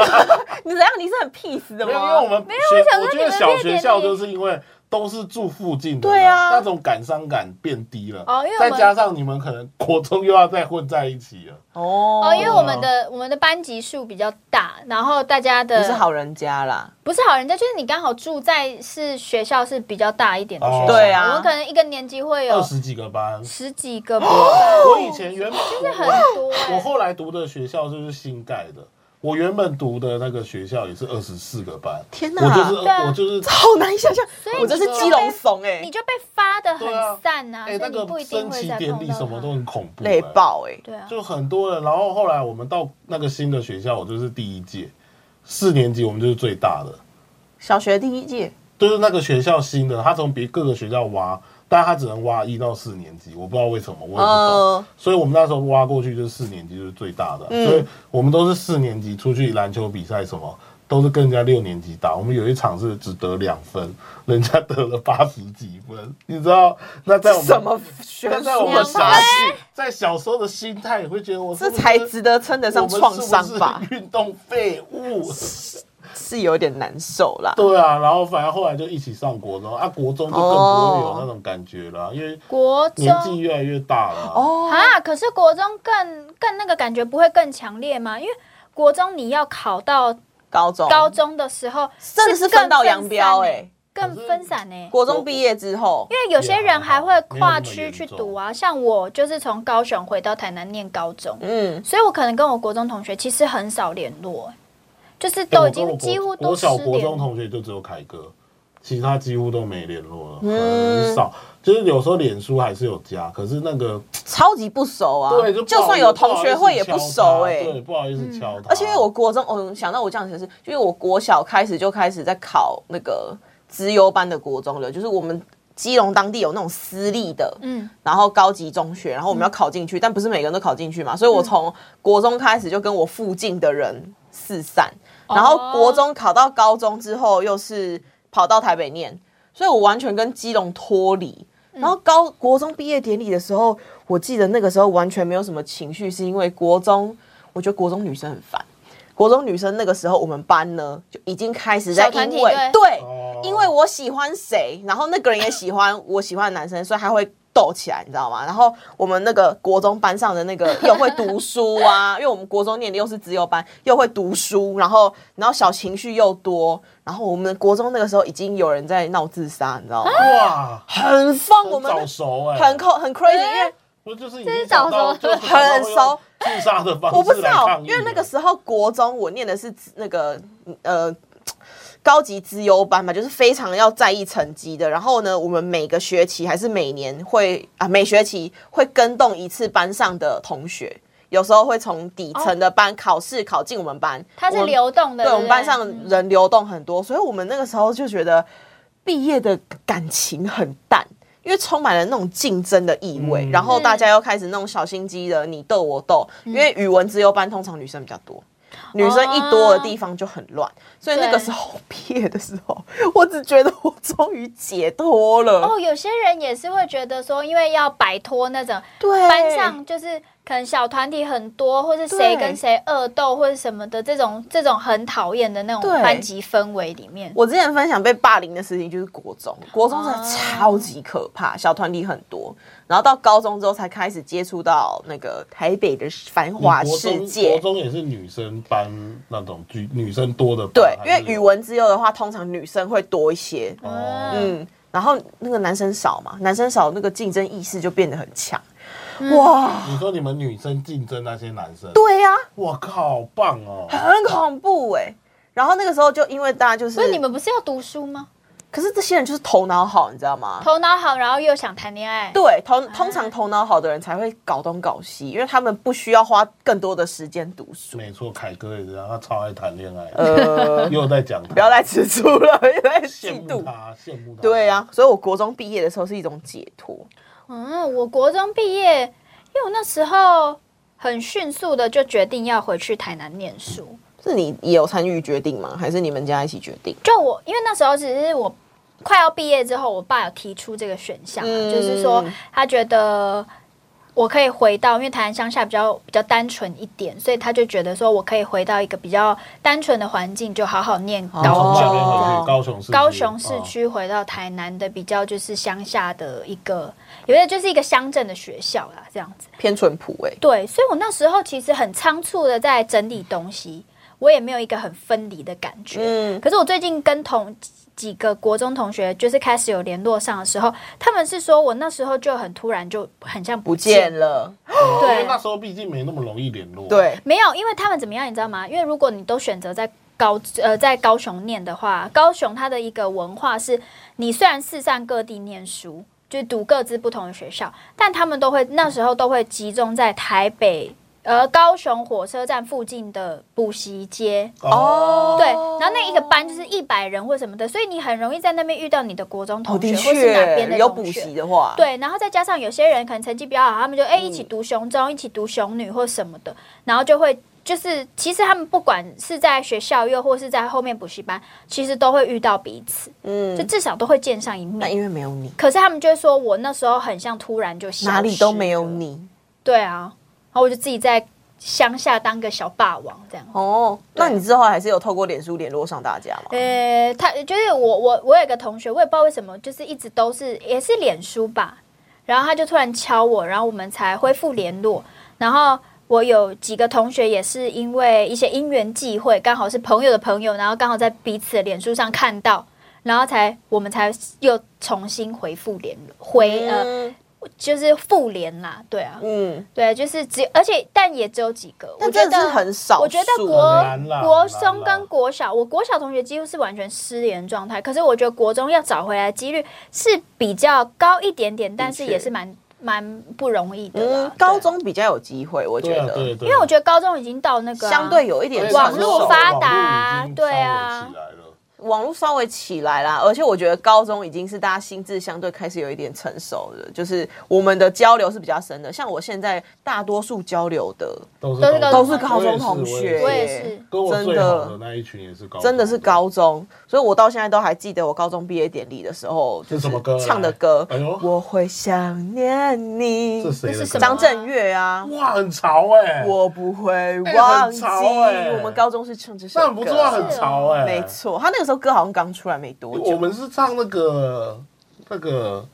[SPEAKER 1] 你怎样？你是很 peace 的
[SPEAKER 3] 没有，因为我
[SPEAKER 1] 吗？
[SPEAKER 3] 们没
[SPEAKER 4] 我想说
[SPEAKER 3] 觉得
[SPEAKER 4] 你们
[SPEAKER 3] 小
[SPEAKER 4] 毕业典
[SPEAKER 3] 学
[SPEAKER 4] 礼
[SPEAKER 3] 校就是因为都是住附近的人，
[SPEAKER 1] 对啊
[SPEAKER 3] 那种感伤感变低了。
[SPEAKER 4] 哦因为我
[SPEAKER 3] 再
[SPEAKER 4] 们
[SPEAKER 3] 加上你们可能国中又要再混在一起了，
[SPEAKER 1] 哦
[SPEAKER 4] 哦，因为我们的我们的班级数比较大，然后大家的
[SPEAKER 1] 你是好人家啦，
[SPEAKER 4] 不是好人家，就是你刚好住在是学校是比较大一点的学校，
[SPEAKER 3] 哦
[SPEAKER 1] 对啊
[SPEAKER 4] 我们可能一个年级会
[SPEAKER 3] 二
[SPEAKER 4] 有
[SPEAKER 3] 十几个班。
[SPEAKER 4] 十几 个班，就
[SPEAKER 3] 我以前原本
[SPEAKER 4] 是很多、欸。
[SPEAKER 3] 我后来读的学校就是新盖的，我原本读的那个学校也是二十四个班。
[SPEAKER 1] 天哪
[SPEAKER 3] 我 就是
[SPEAKER 4] 对啊
[SPEAKER 3] 我就是
[SPEAKER 1] 好难以想象
[SPEAKER 4] 所以，你
[SPEAKER 1] 我真是基隆怂哎、
[SPEAKER 4] 你就被发的很
[SPEAKER 3] 对啊
[SPEAKER 4] 散啊，
[SPEAKER 3] 哎，那
[SPEAKER 4] 所以你不
[SPEAKER 3] 个
[SPEAKER 4] 一定
[SPEAKER 3] 升
[SPEAKER 4] 会
[SPEAKER 3] 旗
[SPEAKER 4] 再
[SPEAKER 3] 典
[SPEAKER 4] 碰
[SPEAKER 3] 礼
[SPEAKER 4] 到
[SPEAKER 3] 什么都
[SPEAKER 4] 他。
[SPEAKER 3] 很恐怖，
[SPEAKER 1] 累
[SPEAKER 3] 哎
[SPEAKER 1] 爆哎、
[SPEAKER 4] 对啊，
[SPEAKER 3] 就很多人。然后后来我们到那个新的学校，我就是第一届，四年级我们就是最大的，
[SPEAKER 1] 小学第一届，
[SPEAKER 3] 就是那个学校新的，他从别各个学校挖，但他只能挖一到四年级，我不知道为什么，我也不懂。
[SPEAKER 1] 嗯
[SPEAKER 3] 所以我们那时候挖过去就是四年级就是最大的，啊
[SPEAKER 1] 嗯
[SPEAKER 3] 所以我们都是四年级出去篮球比赛什么。都是跟人家六年级打，我们有一场是只得两分，人家得了八十几分，你知道？那在我们
[SPEAKER 1] 呃什么学啊
[SPEAKER 3] 那在我
[SPEAKER 1] 术
[SPEAKER 3] 们
[SPEAKER 1] 的
[SPEAKER 3] 傻
[SPEAKER 1] 傻
[SPEAKER 3] 气，在小时候的心态，也会觉得我是
[SPEAKER 1] 这
[SPEAKER 3] 不是
[SPEAKER 1] 才值得称得上创伤吧
[SPEAKER 3] 我们是不是运动废物，
[SPEAKER 1] 是有点难受啦。
[SPEAKER 3] 对啊，然后反正后来就一起上国中啊，国中就更不会有那种感觉了，因为
[SPEAKER 4] 国
[SPEAKER 3] 年纪
[SPEAKER 4] 中
[SPEAKER 3] 越来越大了。哦，
[SPEAKER 1] 哦，
[SPEAKER 4] 啊，可是国中更更那个感觉不会更强烈吗？因为国中你要考到
[SPEAKER 1] 高中
[SPEAKER 4] 高中的时
[SPEAKER 3] 嗯
[SPEAKER 4] 候，
[SPEAKER 1] 真的是分道扬镳哎、
[SPEAKER 3] 欸
[SPEAKER 4] 哎，更分散呢、
[SPEAKER 1] 国中毕业之后
[SPEAKER 4] 因，为有些人还会跨区去
[SPEAKER 3] 没有那
[SPEAKER 4] 读
[SPEAKER 3] 么
[SPEAKER 4] 啊，像我就是从高雄回到台南念高中，
[SPEAKER 1] 嗯，
[SPEAKER 4] 所以我可能跟我国中同学其实很少联络、哎就是都已经几乎都
[SPEAKER 3] 欸我
[SPEAKER 4] 失
[SPEAKER 3] 小国
[SPEAKER 4] 联
[SPEAKER 3] 中同学就只有凯哥，其他几乎都没联络了，
[SPEAKER 1] 嗯
[SPEAKER 3] 很少。就是有时候脸书还是有加，可是那个
[SPEAKER 1] 超级不熟啊。
[SPEAKER 3] 对，就不好
[SPEAKER 1] 算有同
[SPEAKER 3] 不好意
[SPEAKER 1] 学
[SPEAKER 3] 思
[SPEAKER 1] 会也不
[SPEAKER 3] 敲
[SPEAKER 1] 熟
[SPEAKER 3] 他
[SPEAKER 1] 哎、
[SPEAKER 3] 对，不好意
[SPEAKER 4] 嗯
[SPEAKER 3] 思敲他。
[SPEAKER 1] 而且因为我国中，我想到我这样子是，因为我国小开始就开始在考那个资优班的国中了，就是我们基隆当地有那种私立的，
[SPEAKER 4] 嗯，
[SPEAKER 1] 然后高级中学，然后我们要考进去，但不是每个人都考进去嘛，所以我从国中开始就跟我附近的人四散，然后国中考到高中之后又是跑到台北念，所以我完全跟基隆脱离。
[SPEAKER 4] 嗯
[SPEAKER 1] 然后高国中毕业典礼的时候，我记得那个时候完全没有什么情绪，是因为国中，我觉得国中女生很烦。国中女生那个时候，我们班呢就已经开始在
[SPEAKER 4] 小团
[SPEAKER 1] 因
[SPEAKER 4] 体
[SPEAKER 1] 为
[SPEAKER 4] 对
[SPEAKER 1] 对
[SPEAKER 3] 哦
[SPEAKER 1] 因为我喜欢谁，然后那个人也喜欢我喜欢的男生，所以他会斗起来，你知道吗？然后我们那个国中班上的那个又会读书啊， 因为我们国中念的又是资优班，又会读书，然后然后小情绪又多，然后我们国中那个时候已经有人在闹自杀，你知道吗？
[SPEAKER 3] 哇，
[SPEAKER 1] 很疯，我
[SPEAKER 3] 很
[SPEAKER 1] 们
[SPEAKER 3] 早熟哎，
[SPEAKER 1] 很扣很 crazy，因为
[SPEAKER 3] 不就是
[SPEAKER 4] 这
[SPEAKER 3] 这
[SPEAKER 4] 是早熟
[SPEAKER 1] 很熟
[SPEAKER 3] 自杀的方式
[SPEAKER 1] 我不知
[SPEAKER 3] 来
[SPEAKER 1] 道
[SPEAKER 3] 抗，议
[SPEAKER 1] 因为那个时候国中我念的是资那个呃高级资优班嘛，就是非常要在意成绩的。然后呢，我们每个学期还是每年会啊，每学期会跟动一次班上的同学，有时候会从底层的班考试考进我们班，
[SPEAKER 4] 它
[SPEAKER 1] 我
[SPEAKER 4] 是
[SPEAKER 1] 们
[SPEAKER 4] 流动的，
[SPEAKER 1] 对
[SPEAKER 4] 对
[SPEAKER 1] 我
[SPEAKER 4] 不
[SPEAKER 1] 们
[SPEAKER 4] 对嗯
[SPEAKER 1] 班上人流动很多，所以我们那个时候就觉得毕业的感情很淡，因为充满了那种竞争的意味，
[SPEAKER 3] 嗯
[SPEAKER 1] 然后大家又开始那种小心机的你斗我斗，
[SPEAKER 4] 嗯
[SPEAKER 1] 因为语文资优班通常女生比较多。
[SPEAKER 4] 哦
[SPEAKER 1] 女生一多的地方就很乱，所以那个时候毕业的时候，我只觉得我终于解脱了。
[SPEAKER 4] 哦，有些人也是会觉得说，因为要摆脱那种
[SPEAKER 1] 对，
[SPEAKER 4] 班上就是可能小团体很多，或是谁
[SPEAKER 1] 对
[SPEAKER 4] 跟谁恶斗或者什么的这种这种很讨厌的那种
[SPEAKER 1] 对
[SPEAKER 4] 班级氛围里面。
[SPEAKER 1] 我之前分享被霸凌的事情就是国中，国中真的
[SPEAKER 4] 哦
[SPEAKER 1] 超级可怕，小团体很多，然后到高中之后才开始接触到那个台北的繁华
[SPEAKER 3] 你国中
[SPEAKER 1] 世界
[SPEAKER 3] 国。中也是女生班那种女女生多的班，
[SPEAKER 1] 对，因
[SPEAKER 3] 啊还
[SPEAKER 1] 为
[SPEAKER 3] 是有
[SPEAKER 1] 语文之优的话，通常女生会多一些，
[SPEAKER 3] 哦
[SPEAKER 4] 嗯
[SPEAKER 1] 嗯，然后那个男生少嘛，男生少那个竞争意识就变得很强。
[SPEAKER 4] 嗯
[SPEAKER 1] 哇，
[SPEAKER 3] 你说你们女生竞争那些男生，
[SPEAKER 1] 对呀、
[SPEAKER 3] 我靠，好棒哦！
[SPEAKER 1] 很恐怖哎、然后那个时候就因为大家就是，
[SPEAKER 4] 所以你们不是要读书吗？
[SPEAKER 1] 可是这些人就是头脑好，你知道吗？
[SPEAKER 4] 头脑好，然后又想谈恋爱。
[SPEAKER 1] 对，头通常头脑好的人才会搞东搞西，因为他们不需要花更多的时间读书。
[SPEAKER 3] 没错，凯哥也是，他超爱谈恋爱，
[SPEAKER 1] 呃，
[SPEAKER 3] 又在讲他，
[SPEAKER 1] 不要再吃醋了，又在
[SPEAKER 3] 羡
[SPEAKER 1] 嫉
[SPEAKER 3] 慕
[SPEAKER 1] 妒。
[SPEAKER 3] 他，羡慕他。
[SPEAKER 1] 对啊，所以我国中毕业的时候是一种解脱。
[SPEAKER 4] 嗯，我国中毕业，因为我那时候很迅速的就决定要回去台南念书。
[SPEAKER 1] 是你也有参与决定吗？还是你们家一起决定？
[SPEAKER 4] 就我，因为那时候只是我快要毕业之后，我爸有提出这个选项啊、
[SPEAKER 1] 嗯
[SPEAKER 4] 就是说他觉得我可以回到，因为台南乡下比较比较单纯一点，所以他就觉得说我可以回到一个比较单纯的环境，就好好念高
[SPEAKER 3] 他从
[SPEAKER 4] 中。
[SPEAKER 3] 那边回
[SPEAKER 1] 哦
[SPEAKER 3] 去高雄市区，
[SPEAKER 4] 高雄市
[SPEAKER 3] 哦
[SPEAKER 4] 区回到台南的比较就是乡下的一个，有点就是一个乡镇的学校啦，这样子。
[SPEAKER 1] 偏淳朴哎、
[SPEAKER 4] 对，所以我那时候其实很仓促的在整理东西，我也没有一个很分离的感觉。
[SPEAKER 1] 嗯，
[SPEAKER 4] 可是我最近跟同几几个国中同学，就是开始有联络上的时候，他们是说我那时候就很突然，就很像
[SPEAKER 1] 不
[SPEAKER 4] 不见
[SPEAKER 1] 见。了。
[SPEAKER 3] 哦因为
[SPEAKER 4] 对
[SPEAKER 3] 那时候毕竟没那么容易联络。，
[SPEAKER 1] 对，
[SPEAKER 4] 没有，因为他们怎么样，你知道吗？因为如果你都选择在高呃在高雄念的话，高雄它的一个文化是，你虽然四散各地念书，就是读各自不同的学校，但他们都会那时候都会集中在台北。呃，高雄火车站附近的补习街，
[SPEAKER 3] 哦，
[SPEAKER 4] 对，然后那一个班就是一百人或什么的，所以你很容易在那边遇到你的国中
[SPEAKER 1] 哦，
[SPEAKER 4] 同学、
[SPEAKER 1] 的
[SPEAKER 4] 或是哪边
[SPEAKER 1] 确
[SPEAKER 4] 的
[SPEAKER 1] 有
[SPEAKER 4] 同
[SPEAKER 1] 补
[SPEAKER 4] 学。
[SPEAKER 1] 习的话，，
[SPEAKER 4] 对，然后再加上有些人可能成绩比较好，他们就哎、一
[SPEAKER 1] 嗯
[SPEAKER 4] 起读雄中，一起读雄女或什么的，然后就会就是其实他们不管是在学校又或是在后面补习班，其实都会遇到彼此，就
[SPEAKER 1] 嗯，
[SPEAKER 4] 至少都会见上一
[SPEAKER 1] 那
[SPEAKER 4] 面。
[SPEAKER 1] 因为没有你，
[SPEAKER 4] 可是他们就会说我那时候很像突然就消
[SPEAKER 1] 哪里都没有
[SPEAKER 4] 失了
[SPEAKER 1] 你，
[SPEAKER 4] 对啊，然后我就自己在乡下当个小霸王这样。
[SPEAKER 1] 哦，那你之后还是有透过脸书联络上大家吗？
[SPEAKER 4] 呃，他就是我我我有一个同学，我也不知道为什么，就是一直都是也是脸书吧，然后他就突然敲我，然后我们才恢复联络。然后我有几个同学也是因为一些因缘际会，刚好是朋友的朋友，然后刚好在彼此的脸书上看到，然后才我们才又重新回复联回呃
[SPEAKER 1] 嗯
[SPEAKER 4] 就是复联啦，对啊，
[SPEAKER 1] 嗯，
[SPEAKER 4] 对，就是只而且但也只有几个，
[SPEAKER 1] 但
[SPEAKER 4] 我觉
[SPEAKER 1] 真的是
[SPEAKER 4] 得
[SPEAKER 1] 很少数。
[SPEAKER 4] 我觉得
[SPEAKER 3] 很
[SPEAKER 4] 国
[SPEAKER 3] 难啦
[SPEAKER 4] 国
[SPEAKER 3] 很难
[SPEAKER 4] 中
[SPEAKER 3] 啦
[SPEAKER 4] 跟国小，我国小同学几乎是完全失联状态，可是我觉得国中要找回来的几率是比较高一点点，但是也是蛮蛮不容易的啦
[SPEAKER 1] 嗯
[SPEAKER 4] 对，啊
[SPEAKER 1] 高中比较有机会，我觉
[SPEAKER 3] 对啊
[SPEAKER 1] 得，
[SPEAKER 3] 对对，
[SPEAKER 4] 因为我觉得高中已经到那个啊
[SPEAKER 1] 相对有一
[SPEAKER 3] 而
[SPEAKER 1] 点
[SPEAKER 3] 且
[SPEAKER 4] 网
[SPEAKER 1] 成
[SPEAKER 4] 络
[SPEAKER 1] 熟
[SPEAKER 4] 发达
[SPEAKER 3] 网络已经
[SPEAKER 4] 对啊
[SPEAKER 3] 稍微起来了
[SPEAKER 1] 网络稍微起来啦，而且我觉得高中已经是大家心智相对开始有一点成熟的，就是我们的交流是比较深的。像我现在大多数交流的
[SPEAKER 3] 都是
[SPEAKER 4] 都是
[SPEAKER 1] 都
[SPEAKER 4] 高
[SPEAKER 1] 是高中同
[SPEAKER 3] 我
[SPEAKER 1] 学，
[SPEAKER 3] 也是
[SPEAKER 4] 我也是
[SPEAKER 3] 跟我
[SPEAKER 1] 真
[SPEAKER 3] 最好的
[SPEAKER 1] 的
[SPEAKER 3] 那一群也是高中，
[SPEAKER 1] 真的是高中，所以我到现在都还记得我高中毕业典礼的时候，就是
[SPEAKER 3] 什么歌来
[SPEAKER 1] 唱的歌，
[SPEAKER 3] 哎呦
[SPEAKER 1] 我会想念你，
[SPEAKER 3] 是谁的
[SPEAKER 4] 这
[SPEAKER 3] 歌？啊
[SPEAKER 4] 是什么
[SPEAKER 1] 张震岳啊。
[SPEAKER 3] 哇，很潮哎、
[SPEAKER 1] 我不会忘记，
[SPEAKER 3] 哎很潮哎
[SPEAKER 1] 我们高中是唱这首
[SPEAKER 3] 那
[SPEAKER 1] 歌，
[SPEAKER 3] 很不错啊，很潮哎、
[SPEAKER 1] 没，错，他那个时候歌好像刚出来没多久。
[SPEAKER 3] 我们是唱那个那个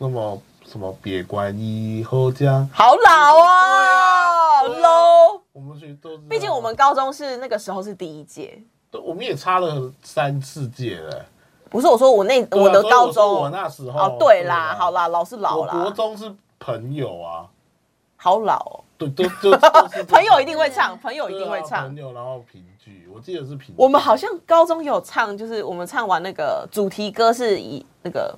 [SPEAKER 3] 什么什么，别管以后将，
[SPEAKER 1] 好老啊
[SPEAKER 3] 对啊
[SPEAKER 1] ，low。
[SPEAKER 3] 我们去都是那样，
[SPEAKER 1] 毕竟我们高中是那个时候是第一届，
[SPEAKER 3] 对我们也差了三四届了、哎
[SPEAKER 1] 不是我说我那
[SPEAKER 3] 对啊
[SPEAKER 1] 我的
[SPEAKER 3] 所以
[SPEAKER 1] 高
[SPEAKER 3] 说
[SPEAKER 1] 中
[SPEAKER 3] 我那时候
[SPEAKER 1] 哦，对啦，好，啦，老是
[SPEAKER 3] 啊
[SPEAKER 1] 老
[SPEAKER 3] 我国
[SPEAKER 1] 啦，
[SPEAKER 3] 中是朋友啊，
[SPEAKER 1] 好老哦，
[SPEAKER 3] 对， 都就都是
[SPEAKER 1] 朋友一定会唱，朋友一定会
[SPEAKER 3] 对啊
[SPEAKER 1] 唱
[SPEAKER 3] 朋。友，然后评剧，我记得是评剧，
[SPEAKER 1] 我们好像高中有唱，就是我们唱完那个主题歌是以那个，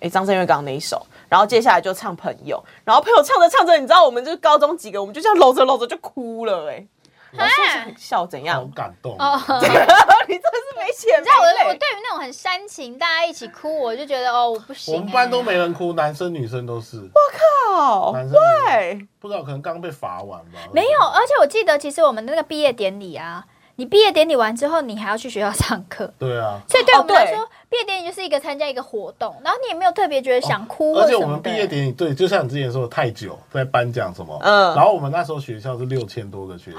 [SPEAKER 1] 哎，张震岳刚刚那一首，然后接下来就唱朋友，然后朋友唱着唱着，你知道我们就是高中几个，我们就这样搂着搂着就哭了，哎，老
[SPEAKER 4] 啊
[SPEAKER 1] 师想笑怎
[SPEAKER 3] 哎好
[SPEAKER 1] 样？
[SPEAKER 3] 感动
[SPEAKER 4] 哦
[SPEAKER 3] 哦，。
[SPEAKER 1] 你真是没血没
[SPEAKER 4] 你知道我我
[SPEAKER 1] 泪。
[SPEAKER 4] 对于那种很煽情，大家一起哭，我就觉得哦，我不行、
[SPEAKER 3] 我们班都没人哭，男生女生都是，
[SPEAKER 1] 好
[SPEAKER 4] 哦
[SPEAKER 3] 男生女生
[SPEAKER 1] 对，
[SPEAKER 3] 不知道可能刚被罚完吧。
[SPEAKER 4] 没有，
[SPEAKER 1] 呃
[SPEAKER 4] 而且我记得其实我们那个毕业典礼啊，你毕业典礼完之后，你还要去学校上课。
[SPEAKER 3] 对啊，
[SPEAKER 4] 所以对
[SPEAKER 1] 哦
[SPEAKER 4] 我们来
[SPEAKER 1] 对
[SPEAKER 4] 说，毕业典礼就是一个参加一个活动，然后你也没有特别觉得想哭或
[SPEAKER 3] 而
[SPEAKER 4] 者
[SPEAKER 3] 且
[SPEAKER 4] 什么的。
[SPEAKER 3] 我们毕业典礼，对，就像你之前说的太久，在颁奖什么，
[SPEAKER 1] 嗯
[SPEAKER 3] 然后我们那时候学校是六千多个学生，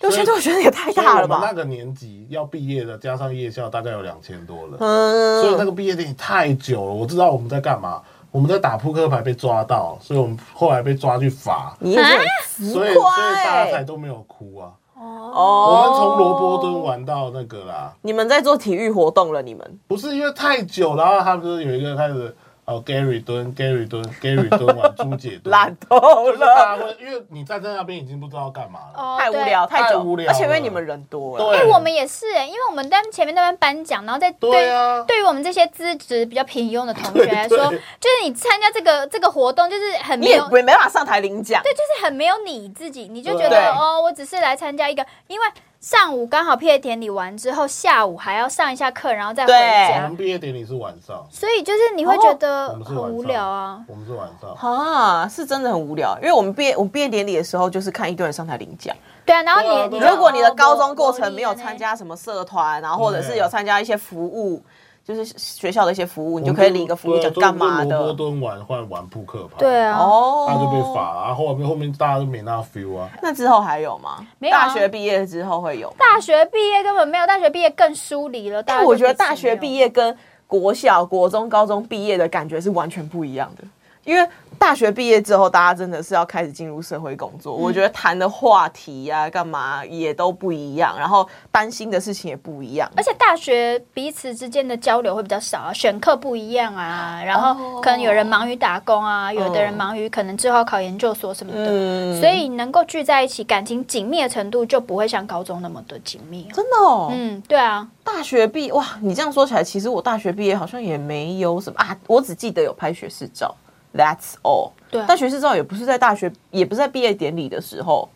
[SPEAKER 1] 六千多我觉得也太
[SPEAKER 3] 所以
[SPEAKER 1] 大了
[SPEAKER 3] 我们那
[SPEAKER 1] 吧？
[SPEAKER 3] 个年级要毕业的，加上夜校，大概有两千多人，所以
[SPEAKER 1] 嗯，
[SPEAKER 3] 那个毕业典礼太久了，我知道我们在干嘛，我们在打扑克牌被抓到，所以我们后来被抓去罚，
[SPEAKER 1] 嗯你也是
[SPEAKER 4] 啊
[SPEAKER 1] 很奇
[SPEAKER 3] 所以所以大家才
[SPEAKER 1] 怪
[SPEAKER 3] 都没有哭啊。
[SPEAKER 1] 哦。
[SPEAKER 3] 我们从罗伯敦玩到那个啦，
[SPEAKER 1] 你们在做体育活动了，你们
[SPEAKER 3] 不是因为太久，然后他们就是有一个开始哦，Gary 蹲，Gary 蹲，Gary 蹲完，朱姐 蹲，
[SPEAKER 1] 懒透
[SPEAKER 3] 就是大
[SPEAKER 1] 了，
[SPEAKER 3] 家会，因为你站在那边已经不知道干嘛了。
[SPEAKER 4] 哦
[SPEAKER 1] 太无。聊，太
[SPEAKER 3] 太
[SPEAKER 1] 久，
[SPEAKER 3] 无聊了
[SPEAKER 1] 而且因为你们人多了，
[SPEAKER 4] 对哎、
[SPEAKER 3] 对，
[SPEAKER 4] 我们也是、哎，因为我们在前面那边颁奖，然后在对
[SPEAKER 3] 对啊
[SPEAKER 4] 对于我们这些资质比较平庸的同学来说，
[SPEAKER 3] 对对
[SPEAKER 4] 就是你参加这个这个活动，就是很
[SPEAKER 1] 你
[SPEAKER 4] 没
[SPEAKER 1] 也
[SPEAKER 4] 有
[SPEAKER 1] 没没办法上台领奖。
[SPEAKER 4] 对，就是很没有你自己，你就觉
[SPEAKER 1] 对
[SPEAKER 4] 得哦，我只是来参加一个，因为上午刚好毕业典礼完之后，下午还要上一下课，然后再回
[SPEAKER 1] 对
[SPEAKER 3] 我
[SPEAKER 4] 家，
[SPEAKER 3] 们毕业典礼是晚上，
[SPEAKER 4] 所以就是你会觉得
[SPEAKER 3] 哦我们是
[SPEAKER 4] 很
[SPEAKER 3] 晚上
[SPEAKER 4] 无聊啊。
[SPEAKER 3] 我们是晚上。
[SPEAKER 1] 啊，是真的很无聊，因为我们毕业，我毕业典礼的时候就是看一堆人上台领奖。
[SPEAKER 4] 对啊，然后
[SPEAKER 3] 对啊
[SPEAKER 4] 你、
[SPEAKER 3] 对啊
[SPEAKER 4] 就
[SPEAKER 1] 如果你的
[SPEAKER 4] 哦
[SPEAKER 1] 高中
[SPEAKER 4] 我
[SPEAKER 1] 过
[SPEAKER 4] 我
[SPEAKER 1] 程
[SPEAKER 4] 理
[SPEAKER 1] 没有
[SPEAKER 4] 解
[SPEAKER 1] 参加什么社团，然后或者是有参加一些服务，就是学校的一些服务，你
[SPEAKER 3] 你
[SPEAKER 1] 就可以领一个服务奖干嘛
[SPEAKER 3] 罗伯
[SPEAKER 1] 的？
[SPEAKER 3] 敦玩换玩扑克牌，
[SPEAKER 4] 对，啊，
[SPEAKER 1] 哦，
[SPEAKER 3] 他就被罚啊。后面后面大家都没那 feel 啊，
[SPEAKER 1] 那之后还有吗？
[SPEAKER 4] 没有啊
[SPEAKER 1] 大学毕业之后会有吗？
[SPEAKER 4] 大学毕业根本没有，大学毕业更疏离了。
[SPEAKER 1] 但哎我觉得大学毕
[SPEAKER 4] 业，
[SPEAKER 1] 业跟国小、国中、高中毕业的感觉是完全不一样的，因为大学毕业之后，大家真的是要开始进入社会工作，我觉得谈的话题呀、干嘛也都不一样，然后担心的事情也不一样。
[SPEAKER 4] 而且大学彼此之间的交流会比较少啊，选课不一样啊，然
[SPEAKER 1] 哦
[SPEAKER 4] 后可能有人忙于打工啊，有的人忙于可能之后要考研究所什么的，
[SPEAKER 1] 嗯
[SPEAKER 4] 所以能够聚在一起，感情紧密的程度就不会像高中那么的紧密、啊。
[SPEAKER 1] 真的哦，
[SPEAKER 4] 嗯，对啊，
[SPEAKER 1] 大学毕哇，你这样说起来，其实我大学毕业好像也没有什么啊，我只记得有拍学士照，That's all。
[SPEAKER 4] 对啊
[SPEAKER 1] 但学士照也不是在大学，也不是在毕业典礼的时候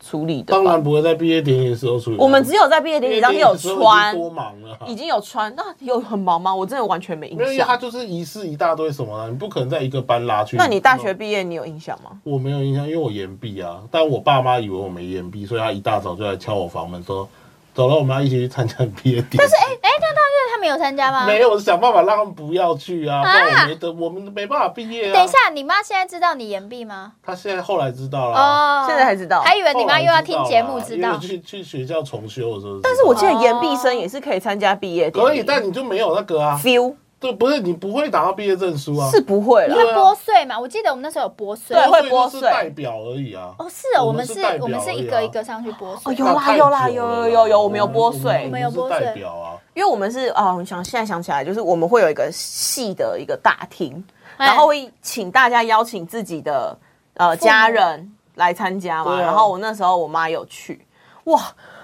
[SPEAKER 1] 处理的吧。
[SPEAKER 3] 当然不会在毕业典礼的时候出。
[SPEAKER 1] 我们只有在毕业典
[SPEAKER 3] 毕
[SPEAKER 1] 礼
[SPEAKER 3] 业
[SPEAKER 1] 当
[SPEAKER 3] 典礼
[SPEAKER 1] 天有
[SPEAKER 3] 的时候已经
[SPEAKER 1] 穿，
[SPEAKER 3] 多忙了啊，
[SPEAKER 1] 已经有穿，那有很忙吗？我真的完全没
[SPEAKER 3] 没有，
[SPEAKER 1] 印
[SPEAKER 3] 因为他
[SPEAKER 1] 象。
[SPEAKER 3] 就是仪式一大堆什么的，啊你不可能在一个班拉去。
[SPEAKER 1] 那你大学毕业你有印象吗？
[SPEAKER 3] 我没有印象，因为我延毕啊。但我爸妈以为我没延毕，所以他一大早就来敲我房门说：“走了，我们要一起去参加毕业典礼。”但是哎，
[SPEAKER 4] 哎、那他他们有参加 吗？
[SPEAKER 3] 没。有想办法让他们不要去啊，不然我没得，我们没办法毕业啊。
[SPEAKER 4] 等一，下，你妈现在知道你延毕吗？
[SPEAKER 3] 他现在后来知道了啊，
[SPEAKER 4] 哦，
[SPEAKER 1] 现在才知道
[SPEAKER 4] 还以为你
[SPEAKER 3] 后
[SPEAKER 4] 妈
[SPEAKER 3] 来
[SPEAKER 4] 又要
[SPEAKER 3] 道
[SPEAKER 4] 听
[SPEAKER 3] 了啊
[SPEAKER 4] 节目知
[SPEAKER 3] 因
[SPEAKER 4] 道
[SPEAKER 3] 为。去去学校重修的时候知道。
[SPEAKER 1] 但是我记得研毕生也是可以参加毕业典礼，
[SPEAKER 3] 可以，但你就没有那个啊，
[SPEAKER 1] feel
[SPEAKER 3] 对，不是你不会拿到毕业证书啊，
[SPEAKER 1] 是不会
[SPEAKER 4] 你
[SPEAKER 1] 了
[SPEAKER 4] 会。
[SPEAKER 3] 对啊
[SPEAKER 4] 拨穗嘛？我记得我们那时候有拨穗。
[SPEAKER 1] 对会
[SPEAKER 3] 就
[SPEAKER 1] 拨
[SPEAKER 3] 是
[SPEAKER 1] 穗
[SPEAKER 3] 代表而已啊。
[SPEAKER 4] 哦，是哦，
[SPEAKER 3] 我
[SPEAKER 4] 我
[SPEAKER 3] 们
[SPEAKER 4] 们
[SPEAKER 3] 是
[SPEAKER 4] 是
[SPEAKER 3] 代表
[SPEAKER 4] 我们是一
[SPEAKER 3] 而
[SPEAKER 4] 个
[SPEAKER 3] 已啊
[SPEAKER 4] 一个上去拨穗。
[SPEAKER 1] 哦有
[SPEAKER 3] 那
[SPEAKER 1] 啦
[SPEAKER 3] 太
[SPEAKER 1] 有啦
[SPEAKER 3] 久
[SPEAKER 1] 有
[SPEAKER 3] 了啦
[SPEAKER 1] 有有我们有拨穗
[SPEAKER 3] 我
[SPEAKER 4] 我
[SPEAKER 3] 们
[SPEAKER 4] 们
[SPEAKER 3] 有
[SPEAKER 4] 有
[SPEAKER 3] 拨
[SPEAKER 4] 拨穗
[SPEAKER 3] 代表啊，
[SPEAKER 1] 因为我们是啊，我想现在想起来，就是我们会有一个细的一个大厅，
[SPEAKER 4] 哎
[SPEAKER 1] 然后会请大家邀请自己的呃
[SPEAKER 4] 母
[SPEAKER 1] 家人来参加嘛。
[SPEAKER 3] 对啊
[SPEAKER 1] 然后我那时候我妈有去，哇，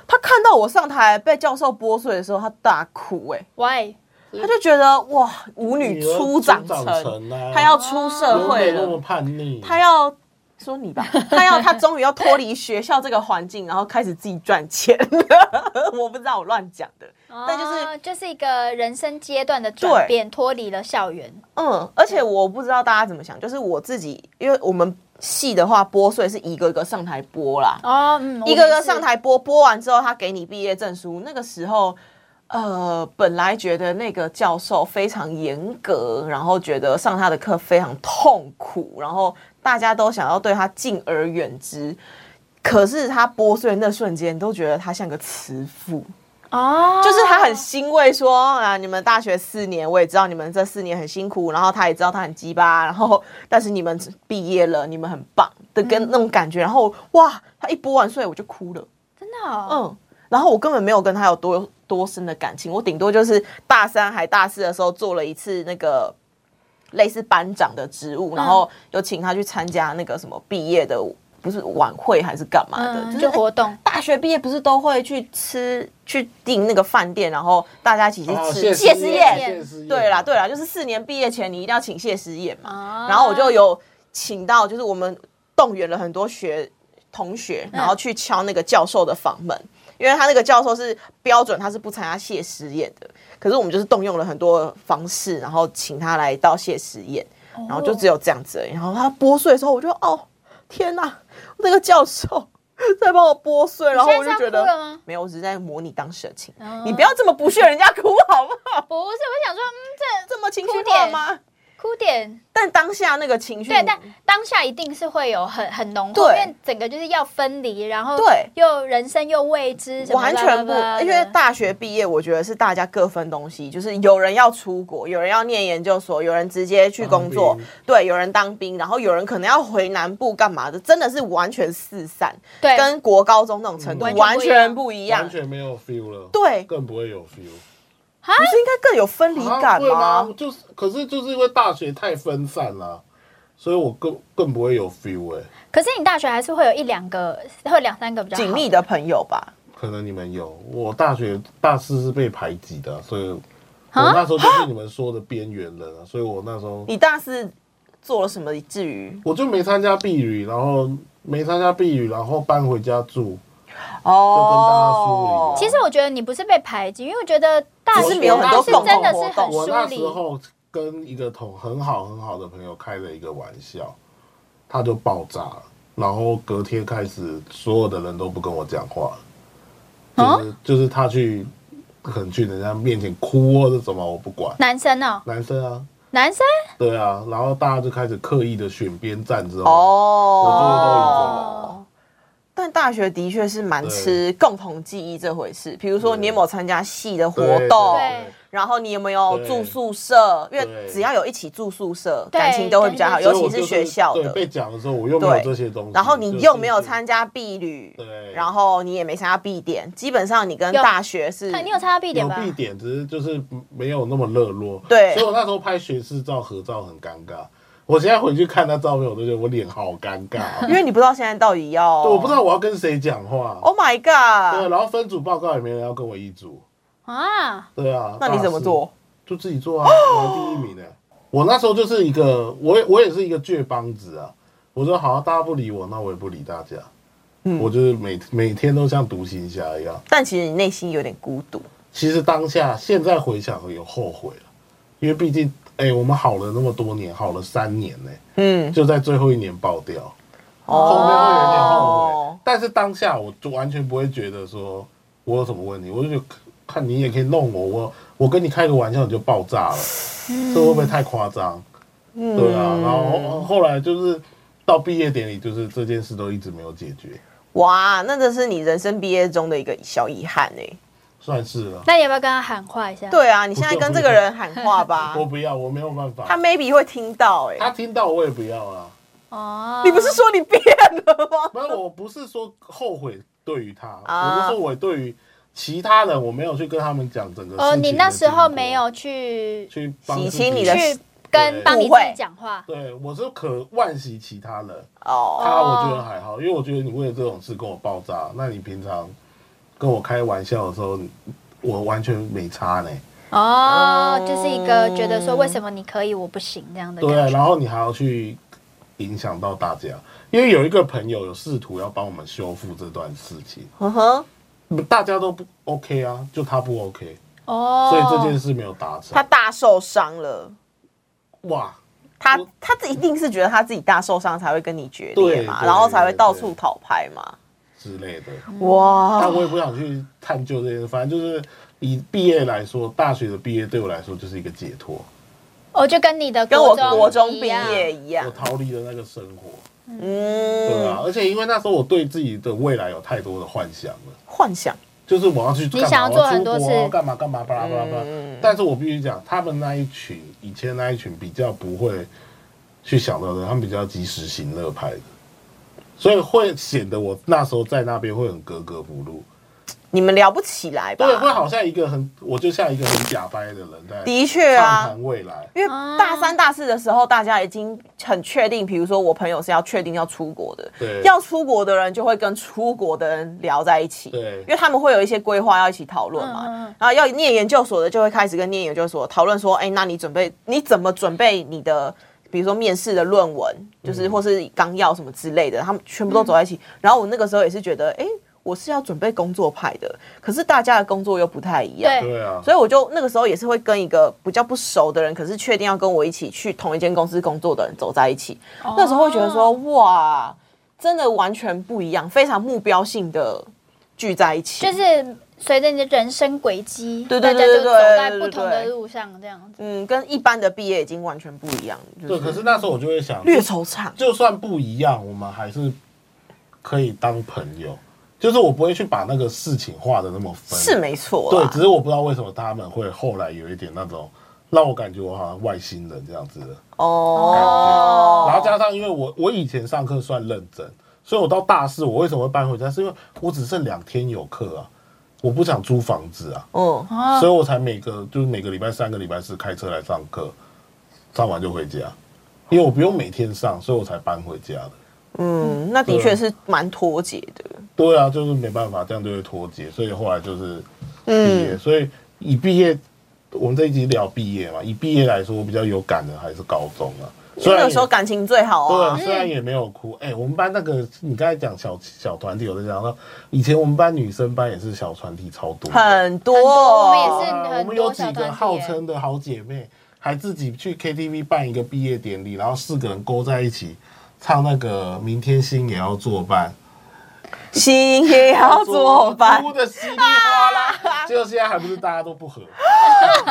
[SPEAKER 1] 她看到我上台被教授剥碎的时候，她大哭哎、
[SPEAKER 4] 喂，
[SPEAKER 3] 嗯
[SPEAKER 1] 她就觉得哇，舞女
[SPEAKER 3] 女儿
[SPEAKER 1] 初长
[SPEAKER 3] 初长成啊
[SPEAKER 1] 成，她要出社会
[SPEAKER 3] 人类那么
[SPEAKER 1] 了，
[SPEAKER 3] 叛逆，
[SPEAKER 1] 她要。说你吧， 她要她终于要脱离学校这个环境，然后开始自己赚钱了。 我不知道我乱讲的，但就是
[SPEAKER 4] 哦就是一个人生阶段的转变，脱离了校园。
[SPEAKER 1] 嗯，而且我不知道大家怎么想，就是我自己，因为我们戏的话，播所以是一个一个上台播啦，
[SPEAKER 4] 哦，嗯，
[SPEAKER 1] 一个一
[SPEAKER 4] 我
[SPEAKER 1] 个
[SPEAKER 4] 们是
[SPEAKER 1] 上。台播，播完之后他给你毕业证书。那个时候，呃，本来觉得那个教授非常严格，然后觉得上他的课非常痛苦，然后大家都想要对他敬而远之。可是他播碎那瞬间，都觉得他像个慈父。
[SPEAKER 4] 哦，
[SPEAKER 1] 就是他很欣慰说啊，你们大学四年，我也知道你们这四年很辛苦，然后他也知道他很鸡巴，然后但是你们毕业了，你们很棒的
[SPEAKER 4] 嗯
[SPEAKER 1] 跟那种感觉，然后哇，他一播完所以我就哭了，
[SPEAKER 4] 真的哦，
[SPEAKER 1] 嗯，然后我根本没有跟他有多多深的感情，我顶多就是大三还大四的时候做了一次那个。类似班长的职务，
[SPEAKER 4] 嗯
[SPEAKER 1] 然后有请他去参加那个什么毕业的，不是晚会还是干嘛的，
[SPEAKER 4] 嗯，
[SPEAKER 1] 是
[SPEAKER 4] 就活动。
[SPEAKER 1] 大学毕业不是都会去吃去订那个饭店，然后大家一起去
[SPEAKER 3] 哦
[SPEAKER 1] 吃
[SPEAKER 3] 谢
[SPEAKER 1] 师
[SPEAKER 3] 师
[SPEAKER 1] 宴。
[SPEAKER 3] 宴，谢师宴
[SPEAKER 1] 对啦，对啦，就是四年毕业前你一定要请谢师宴嘛。
[SPEAKER 3] 哦
[SPEAKER 4] 啊
[SPEAKER 1] 然后我就有请到，就是我们动员了很多学同学，
[SPEAKER 4] 嗯
[SPEAKER 1] 然后去敲那个教授的房门，因为他那个教授是标准他是不参加谢师宴的，可是我们就是动用了很多方式，然后请他来到谢师宴，
[SPEAKER 4] 哦
[SPEAKER 1] 然后就只有这样子而已。然后他剥碎的时候，我就哦天哪，那个教授在帮我剥碎，然后我就觉
[SPEAKER 4] 现在是要哭了
[SPEAKER 1] 得
[SPEAKER 4] 吗
[SPEAKER 1] 没有，我只是在模拟当时的情。
[SPEAKER 4] 哦
[SPEAKER 1] 你不要这么不屑人家哭好不好？
[SPEAKER 4] 不是，我想说，嗯，这
[SPEAKER 1] 这么情绪
[SPEAKER 4] 哭
[SPEAKER 1] 化
[SPEAKER 4] 点
[SPEAKER 1] 吗？
[SPEAKER 4] 哭点，
[SPEAKER 1] 但当下那个情绪，
[SPEAKER 4] 对，但当下一定是会有很很浓厚，因
[SPEAKER 1] 嗯对
[SPEAKER 4] 为整个就是要分离，然后
[SPEAKER 1] 对
[SPEAKER 4] 又人生又未知，什么
[SPEAKER 1] 完全不
[SPEAKER 4] blah blah blah，的
[SPEAKER 1] 因为大学毕业，我觉得是大家各分东西，就是有人要出国，有人要念研究所，有人直接去工作
[SPEAKER 3] 当兵，
[SPEAKER 1] 对，有人当兵，然后有人可能要回南部干嘛的，真的是完全四散，
[SPEAKER 4] 对
[SPEAKER 1] 跟国高中那种程度
[SPEAKER 4] 嗯
[SPEAKER 1] 完
[SPEAKER 4] 完
[SPEAKER 1] 全
[SPEAKER 4] 全
[SPEAKER 1] 不一样
[SPEAKER 3] 完。全没有 feel 了，
[SPEAKER 1] 对，
[SPEAKER 3] 更不会有 feel。
[SPEAKER 1] 不是应该更有分离
[SPEAKER 3] 啊
[SPEAKER 1] 感
[SPEAKER 3] 会
[SPEAKER 1] 吗？
[SPEAKER 3] 就是，可是就是因为大学太分散了，所以我更更不会有 feel 哎、
[SPEAKER 4] 可是你大学还是会有一两个，会有两三个比较好
[SPEAKER 1] 紧密的朋友吧，
[SPEAKER 3] 可能你们有，我大学大四是被排挤的，所以我那时候就是你们说的边缘人啊，所以我那时候
[SPEAKER 1] 你大四做了什么？以至于
[SPEAKER 3] 我就没参加避雨，然后没参加避雨，然后搬回家住，
[SPEAKER 1] 哦，
[SPEAKER 3] 就跟大家疏离了
[SPEAKER 4] 其实我觉得你不是被排挤，因为我觉得大
[SPEAKER 1] 只
[SPEAKER 4] 学
[SPEAKER 1] 是没有很多
[SPEAKER 4] 是
[SPEAKER 1] 共
[SPEAKER 4] 真的
[SPEAKER 1] 同
[SPEAKER 4] 是
[SPEAKER 1] 活动
[SPEAKER 4] 很
[SPEAKER 3] 我
[SPEAKER 4] 疏
[SPEAKER 3] 那时
[SPEAKER 4] 离。
[SPEAKER 3] 候跟一个同很好很好的朋友开了一个玩笑，他就爆炸了，然后隔天开始所有的人都不跟我讲话了，
[SPEAKER 1] 啊
[SPEAKER 3] 就是、就是他去可能去人家面前哭或者什么，我不管。
[SPEAKER 4] 男生哦，
[SPEAKER 3] 男生啊，
[SPEAKER 4] 男生
[SPEAKER 3] 对啊，然后大家就开始刻意的选边站之后，我就
[SPEAKER 1] 哦。
[SPEAKER 3] 都
[SPEAKER 1] 但大学的确是蛮
[SPEAKER 3] 对
[SPEAKER 1] 吃共同记忆这回事，比如说
[SPEAKER 3] 对
[SPEAKER 1] 你有没有参加系的活
[SPEAKER 3] 一个了。
[SPEAKER 1] 动，
[SPEAKER 4] 对
[SPEAKER 1] 然后你有没有
[SPEAKER 3] 对
[SPEAKER 1] 住宿舍，因为
[SPEAKER 3] 对
[SPEAKER 1] 只要有一起住宿舍，
[SPEAKER 4] 对
[SPEAKER 1] 感情都会比较好，
[SPEAKER 4] 感
[SPEAKER 1] 尤
[SPEAKER 3] 所以
[SPEAKER 1] 其
[SPEAKER 3] 我就是
[SPEAKER 1] 学校
[SPEAKER 3] 对
[SPEAKER 1] 的
[SPEAKER 3] 被。讲的时候，我又没有
[SPEAKER 1] 对
[SPEAKER 3] 这些东西，
[SPEAKER 1] 然后你
[SPEAKER 3] 就
[SPEAKER 1] 又
[SPEAKER 3] 是
[SPEAKER 1] 没有
[SPEAKER 3] 去
[SPEAKER 1] 参加毕旅，
[SPEAKER 3] 对
[SPEAKER 1] 然后你也没参加毕点，基本上你跟
[SPEAKER 4] 有
[SPEAKER 1] 大学是
[SPEAKER 4] 啊看你有参加 B 点
[SPEAKER 3] 有
[SPEAKER 4] 吧？
[SPEAKER 3] 必点，只是就是没有那么热络。
[SPEAKER 1] 对
[SPEAKER 3] 所以我那时候拍学士照合照很尴尬。我现在回去看那照片，我都觉得我脸好尴尬哦、
[SPEAKER 1] 因为你不知道现在到底要，
[SPEAKER 3] 对，我不知道我要跟谁讲话。
[SPEAKER 1] ，Oh my
[SPEAKER 3] 对，啊
[SPEAKER 1] god，
[SPEAKER 3] 然后分组报告也没人要跟我一组。
[SPEAKER 4] 啊，
[SPEAKER 3] 对啊，
[SPEAKER 1] 那你怎么做？
[SPEAKER 3] 大四？就自己做啊，我第一名呢、我那时候就是一个，我也我也是一个倔帮子啊。我说好、大家不理我，那我也不理大家。
[SPEAKER 1] 嗯
[SPEAKER 3] 我就是每每天都像独行侠一样。
[SPEAKER 1] 但其实你内心有点孤独，
[SPEAKER 3] 其实当下现在回想有后悔了，因为毕竟哎、我们好了那么多年，好了三年呢、
[SPEAKER 1] 嗯，
[SPEAKER 3] 就在最后一年爆掉，后面会有点后
[SPEAKER 1] 哦
[SPEAKER 3] 悔。但是当下我就完全不会觉得说我有什么问题，我就觉得看你也可以弄我，我我跟你开个玩笑你就爆炸了，
[SPEAKER 1] 嗯
[SPEAKER 3] 这会不会太夸张？对啊，然后后后来就是到毕业典礼，就是这件事都一直没有解决，
[SPEAKER 1] 哇，那这是你人生毕业中的一个小遗憾哎、
[SPEAKER 3] 算是了。
[SPEAKER 4] 那你要不要跟他喊话一下？，
[SPEAKER 1] 对啊，你现在跟这个人喊话吧
[SPEAKER 3] 我，不要，我没有办法。
[SPEAKER 1] 他 maybe 会听到哎、
[SPEAKER 3] 他听到我也不要啊啦。
[SPEAKER 4] 哦，
[SPEAKER 1] 你不是说你变了吗？
[SPEAKER 3] 没有，我不是说后悔对于
[SPEAKER 4] 哦
[SPEAKER 3] 他，
[SPEAKER 1] 啊
[SPEAKER 3] 我是说我对于其他人，我没有去跟他们讲整个事情的
[SPEAKER 4] 哦，你那时
[SPEAKER 3] 经过
[SPEAKER 4] 候没有去
[SPEAKER 3] 去帮
[SPEAKER 1] 洗
[SPEAKER 3] 自
[SPEAKER 1] 清
[SPEAKER 3] 己
[SPEAKER 1] 你的
[SPEAKER 4] 去跟帮你
[SPEAKER 1] 误
[SPEAKER 4] 自
[SPEAKER 1] 会
[SPEAKER 4] 己讲话，
[SPEAKER 3] 对，我是可惋惜其 他人，
[SPEAKER 1] 哦，
[SPEAKER 3] 他我觉得还好，因为我觉得你为了这种事跟我爆炸，那你平常跟我开玩笑的时候，我完全没差呢。
[SPEAKER 4] 哦，就是一个觉得说为什么你可以我不行这样的感
[SPEAKER 3] 对啊
[SPEAKER 4] 觉。，
[SPEAKER 3] 然后你还要去影响到大家，因为有一个朋友有试图要帮我们修复这段事情，
[SPEAKER 1] 哼哼，
[SPEAKER 3] 大家都不 OK 啊，就他不 OK，
[SPEAKER 4] 哦，
[SPEAKER 3] 所以这件事没有达成
[SPEAKER 1] 他。大受伤了。
[SPEAKER 3] 哇，
[SPEAKER 1] 他
[SPEAKER 3] 我
[SPEAKER 1] 他一定是觉得他自己大受伤才会跟你决裂
[SPEAKER 3] 对
[SPEAKER 1] 嘛，
[SPEAKER 3] 对
[SPEAKER 1] 然后才会
[SPEAKER 3] 对
[SPEAKER 1] 到
[SPEAKER 3] 对
[SPEAKER 1] 处讨拍嘛。
[SPEAKER 3] 之类的。
[SPEAKER 4] 哦
[SPEAKER 1] 哇，
[SPEAKER 3] 但我也不想去探究这些，反正就是以毕业来说，大学的毕业对我来说就是一个解脱，
[SPEAKER 4] 哦，就跟你的
[SPEAKER 1] 跟我
[SPEAKER 4] 中
[SPEAKER 1] 国中
[SPEAKER 4] 一
[SPEAKER 1] 毕
[SPEAKER 4] 样
[SPEAKER 1] 业一样
[SPEAKER 3] 我。逃离了那个生活，对啊
[SPEAKER 1] 嗯，。
[SPEAKER 3] 而且因为那时候我对自己的未来有太多的幻想了，
[SPEAKER 1] 幻想
[SPEAKER 3] 就是我要去干嘛
[SPEAKER 4] 你想要做很多
[SPEAKER 3] 我出国啊
[SPEAKER 4] 事嗯
[SPEAKER 3] 干嘛干嘛巴拉巴拉巴拉。但是我必须讲，他们那一群以前那一群比较不会去想到的，他们比较及时行乐派的。所以会显得我那时候在那边会很格格不入，
[SPEAKER 1] 你们聊不起来吧？
[SPEAKER 3] 对，会好像一个很，我就像一个很假掰的人在
[SPEAKER 1] 的确
[SPEAKER 3] 畅
[SPEAKER 1] 啊，
[SPEAKER 3] 谈未来。
[SPEAKER 1] 因为
[SPEAKER 4] 哦
[SPEAKER 1] 大三、大四的时候，大家已经很确定，比如说我朋友是要确定要出国的，
[SPEAKER 3] 对
[SPEAKER 1] 要出国的人就会跟出国的人聊在一起，
[SPEAKER 3] 对
[SPEAKER 1] 因为他们会有一些规划要一起讨论嘛，
[SPEAKER 4] 嗯嗯嗯
[SPEAKER 1] 然后要念研究所的就会开始跟念研究所讨论说，哎，那你准备你怎么准备你的？比如说面试的论文，
[SPEAKER 3] 嗯
[SPEAKER 1] 就是或是纲要什么之类的，他们全部都走在一起。
[SPEAKER 4] 嗯
[SPEAKER 1] 然后我那个时候也是觉得，哎，我是要准备工作派的，可是大家的工作又不太一样。
[SPEAKER 4] 对
[SPEAKER 3] 对啊，
[SPEAKER 1] 所以我就那个时候也是会跟一个比较不熟的人，可是确定要跟我一起去同一间公司工作的人走在一起。那时候会觉得
[SPEAKER 4] 哦
[SPEAKER 1] 说，哇，真的完全不一样，非常目标性的聚在一起。
[SPEAKER 4] 就是随着你的人生轨迹，
[SPEAKER 1] 对对
[SPEAKER 4] 大家
[SPEAKER 1] 对
[SPEAKER 4] 就走
[SPEAKER 1] 对对
[SPEAKER 4] 在
[SPEAKER 1] 对
[SPEAKER 4] 不
[SPEAKER 1] 对
[SPEAKER 4] 同的
[SPEAKER 1] 对
[SPEAKER 4] 路上这样子。
[SPEAKER 1] 嗯，跟一般的毕业已经完全不一样。就
[SPEAKER 3] 对，可是那时候我就会想，
[SPEAKER 1] 略惆怅。
[SPEAKER 3] 就算不一样，我们还是可以当朋友。就是我不会去把那个事情画的那么分，
[SPEAKER 1] 是没错啊
[SPEAKER 3] 对
[SPEAKER 1] 啦，，
[SPEAKER 3] 只是我不知道为什么他们会后来有一点那种让我感觉我好像外星人这样子的感觉。
[SPEAKER 1] 哦，
[SPEAKER 3] 然后加上因为我我以前上课算认真，所以我到大四我为什么会搬回家，是因为我只剩两天有课啊，我不想租房子啊，
[SPEAKER 1] 嗯，
[SPEAKER 4] 哦
[SPEAKER 3] 所以我才每个就是每个礼拜三个礼拜四开车来上课，上完就回家，因为我不用每天上，所以我才搬回家的。
[SPEAKER 1] 嗯，那的确是蛮脱节的。
[SPEAKER 3] 对啊，就是没办法，这样就会脱节，所以后来就是毕
[SPEAKER 4] 嗯
[SPEAKER 3] 业。
[SPEAKER 1] 嗯
[SPEAKER 3] 所以以毕业，我们这一集聊毕业嘛，以毕业来说，我比较有感的还是高中啊。
[SPEAKER 1] 因
[SPEAKER 3] 虽
[SPEAKER 1] 为
[SPEAKER 3] 然
[SPEAKER 1] 那
[SPEAKER 3] 也
[SPEAKER 1] 个时候感情最好
[SPEAKER 3] 对啊，
[SPEAKER 1] 啊，
[SPEAKER 3] 虽然也没有哭。哎、我们班那个你刚才讲小小团体，我在讲到以前我们班女生班也是小团体超多的，
[SPEAKER 1] 很多。
[SPEAKER 4] 很多我们也是
[SPEAKER 3] 啊
[SPEAKER 4] 很多
[SPEAKER 3] 我们有几
[SPEAKER 4] 小团体
[SPEAKER 3] 个
[SPEAKER 4] 耶
[SPEAKER 3] 号称的好姐妹，还自己去 KTV 办一个毕业典礼，然后四个人勾在一起唱那个《明天心也要作伴》。
[SPEAKER 1] 心也要作伴，
[SPEAKER 3] 哭的稀里哗啦，结果现在还不是大家都 不和，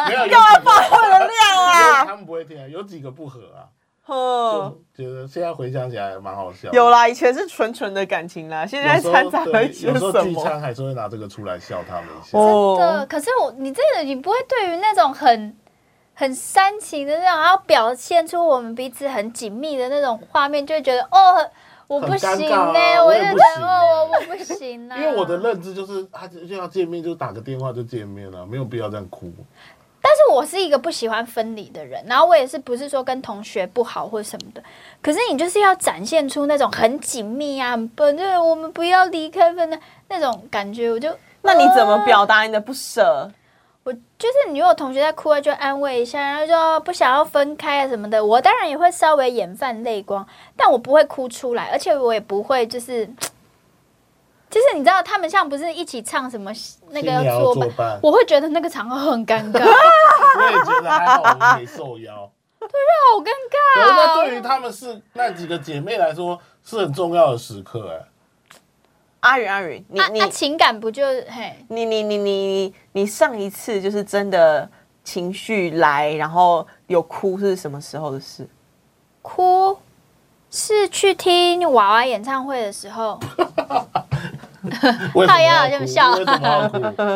[SPEAKER 3] 没有，干
[SPEAKER 1] 干嘛爆我的料啊
[SPEAKER 3] 他们不会听啊，有几个不和啊，
[SPEAKER 1] 哼。
[SPEAKER 3] 就觉得现在回想起来蛮好笑。
[SPEAKER 1] 嗯有，啦，以前是纯纯的感情啦，现在
[SPEAKER 3] 有时
[SPEAKER 1] 掺
[SPEAKER 3] 候
[SPEAKER 1] 杂了
[SPEAKER 3] 对
[SPEAKER 1] 一些
[SPEAKER 3] 有时候
[SPEAKER 1] 什
[SPEAKER 3] 聚
[SPEAKER 1] 么？哦
[SPEAKER 3] 餐还是会拿这个出来笑他们一下。
[SPEAKER 4] 的，可是我你这个你不会对于那种很很煽情的那种，然后表现出我们彼此很紧密的那种画面，就会觉得哦，我不行
[SPEAKER 3] 很尴尬
[SPEAKER 4] 呢、
[SPEAKER 3] 啊
[SPEAKER 4] 我
[SPEAKER 3] 我
[SPEAKER 4] 就
[SPEAKER 3] 也
[SPEAKER 4] 觉
[SPEAKER 3] 不
[SPEAKER 4] 得
[SPEAKER 3] 行
[SPEAKER 4] 哦，我我不行呢、
[SPEAKER 3] 因为我的认知就是，他就要见面就打个电话就见面了，没有必要这样哭。
[SPEAKER 4] 但是我是一个不喜欢分离的人，然后我也是不是说跟同学不好或什么的，可是你就是要展现出那种很紧密啊，很不，就是我们不要离开分的那种感觉，我就啊
[SPEAKER 1] 那你怎么表达你的不舍？
[SPEAKER 4] 我就是你如果同学在哭啊，就安慰一下，然后就说不想要分开啊什么的。我当然也会稍微眼泛泪光，但我不会哭出来，而且我也不会就是，就是你知道他们像不是一起唱什么那个
[SPEAKER 3] 新娘
[SPEAKER 4] 作
[SPEAKER 3] 作
[SPEAKER 4] 伴，
[SPEAKER 3] 伴，
[SPEAKER 4] 我会觉得那个场合很尴 尬，好
[SPEAKER 3] 我也觉得还好，我们没 受邀。
[SPEAKER 4] 尴
[SPEAKER 3] 可
[SPEAKER 1] 啊
[SPEAKER 3] 是那
[SPEAKER 4] 尬 哦。
[SPEAKER 3] 对于他们是那几个姐妹来说是很重要的时刻哎、
[SPEAKER 1] 阿云阿云，你
[SPEAKER 4] 啊
[SPEAKER 1] 你
[SPEAKER 4] 啊，情感不就嘿？
[SPEAKER 1] 你你你你你上一次就是真的情绪来，然后有哭是什么时候的事？
[SPEAKER 4] 哭是去听娃娃演唱会的 时候，
[SPEAKER 3] 为什么
[SPEAKER 4] 呀
[SPEAKER 3] 要
[SPEAKER 4] 这
[SPEAKER 3] 哭？
[SPEAKER 4] 么笑
[SPEAKER 3] 为什么要哭？
[SPEAKER 4] 就听到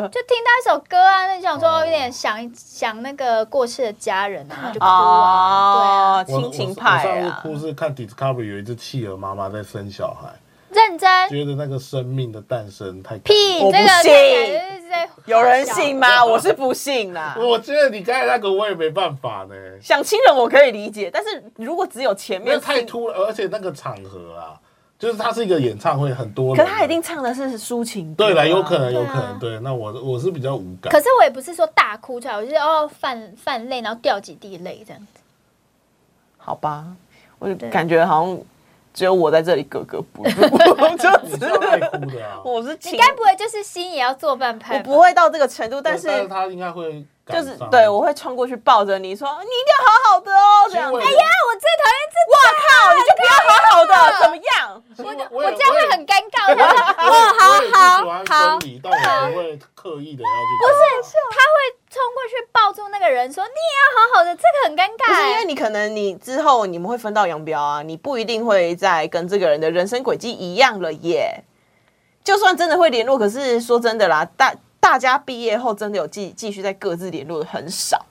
[SPEAKER 4] 一首歌啊，那想说有点想想那个过世的家人啊，就哭啊，
[SPEAKER 1] 哦，
[SPEAKER 4] 对啊，
[SPEAKER 3] 我
[SPEAKER 1] 亲情
[SPEAKER 3] 我
[SPEAKER 1] 派
[SPEAKER 3] 我上
[SPEAKER 1] 啊
[SPEAKER 3] 次，哭是看 Discovery 有一只企鹅妈妈在生小孩，
[SPEAKER 4] 认
[SPEAKER 1] 哎
[SPEAKER 4] 真
[SPEAKER 3] 觉得那个生命的诞生太感
[SPEAKER 4] 屁，
[SPEAKER 1] 我
[SPEAKER 4] 这
[SPEAKER 1] 不
[SPEAKER 4] 个看起
[SPEAKER 1] 信
[SPEAKER 4] 来就是在
[SPEAKER 1] 有人信吗？我是不信啦。
[SPEAKER 3] 哦我觉得你刚才那个我也没办法呢，
[SPEAKER 1] 想亲人我可以理解，但是如果只有前
[SPEAKER 3] 因为
[SPEAKER 1] 面
[SPEAKER 3] 太
[SPEAKER 1] 亲，
[SPEAKER 3] 突然，而且那个场合啊，就是它是一个演唱会，很多
[SPEAKER 1] 可
[SPEAKER 3] 人啊，
[SPEAKER 1] 是他一定唱的是抒情歌啊
[SPEAKER 3] 对了，有可能，有可
[SPEAKER 4] 对啊
[SPEAKER 3] 能，对。那我我是比较无感
[SPEAKER 4] 可，是我也不是说大哭出来，我就是哦泛泛泪，然后掉几滴泪这样子。
[SPEAKER 1] 好吧？我就
[SPEAKER 4] 对
[SPEAKER 1] 感觉好像只有我在这里格格不入， 就只
[SPEAKER 3] 你是爱
[SPEAKER 1] 是
[SPEAKER 3] 哭的 啊。
[SPEAKER 1] 我是情
[SPEAKER 4] 你该不会就是心也要做半
[SPEAKER 1] 我
[SPEAKER 4] 拍吧？
[SPEAKER 1] 不会到这个程度，但
[SPEAKER 3] 对但
[SPEAKER 1] 是
[SPEAKER 3] 是他应该会
[SPEAKER 1] 就
[SPEAKER 3] 感
[SPEAKER 1] 是
[SPEAKER 3] 伤
[SPEAKER 1] 对我会冲过去抱着你说你一定要好好的哦，这
[SPEAKER 3] 其实
[SPEAKER 1] 样子。
[SPEAKER 3] 我也
[SPEAKER 1] 哎
[SPEAKER 3] 哎
[SPEAKER 1] 呀
[SPEAKER 3] 呀，
[SPEAKER 4] 我最讨厌这，
[SPEAKER 1] 靠，你就不要好好的，怎么样？
[SPEAKER 3] 我
[SPEAKER 4] 我这样会很尴尬。我想说
[SPEAKER 3] 我也
[SPEAKER 4] 哦，
[SPEAKER 3] 我也不喜欢
[SPEAKER 4] 好好
[SPEAKER 3] 分，
[SPEAKER 4] 好
[SPEAKER 3] 离，但我不会刻意的要去。不是，
[SPEAKER 4] 他会冲过去抱住那个人说：“你也要好好的。”这个很尴
[SPEAKER 1] 不是因为
[SPEAKER 4] 尬。
[SPEAKER 1] 你可能你之后你们会分道扬镳啊，你不一定会再跟这个人的人生轨迹一样了耶。就算真的会联络，可是说真的啦，大大家毕业后真的有继继续在各自联络的很少。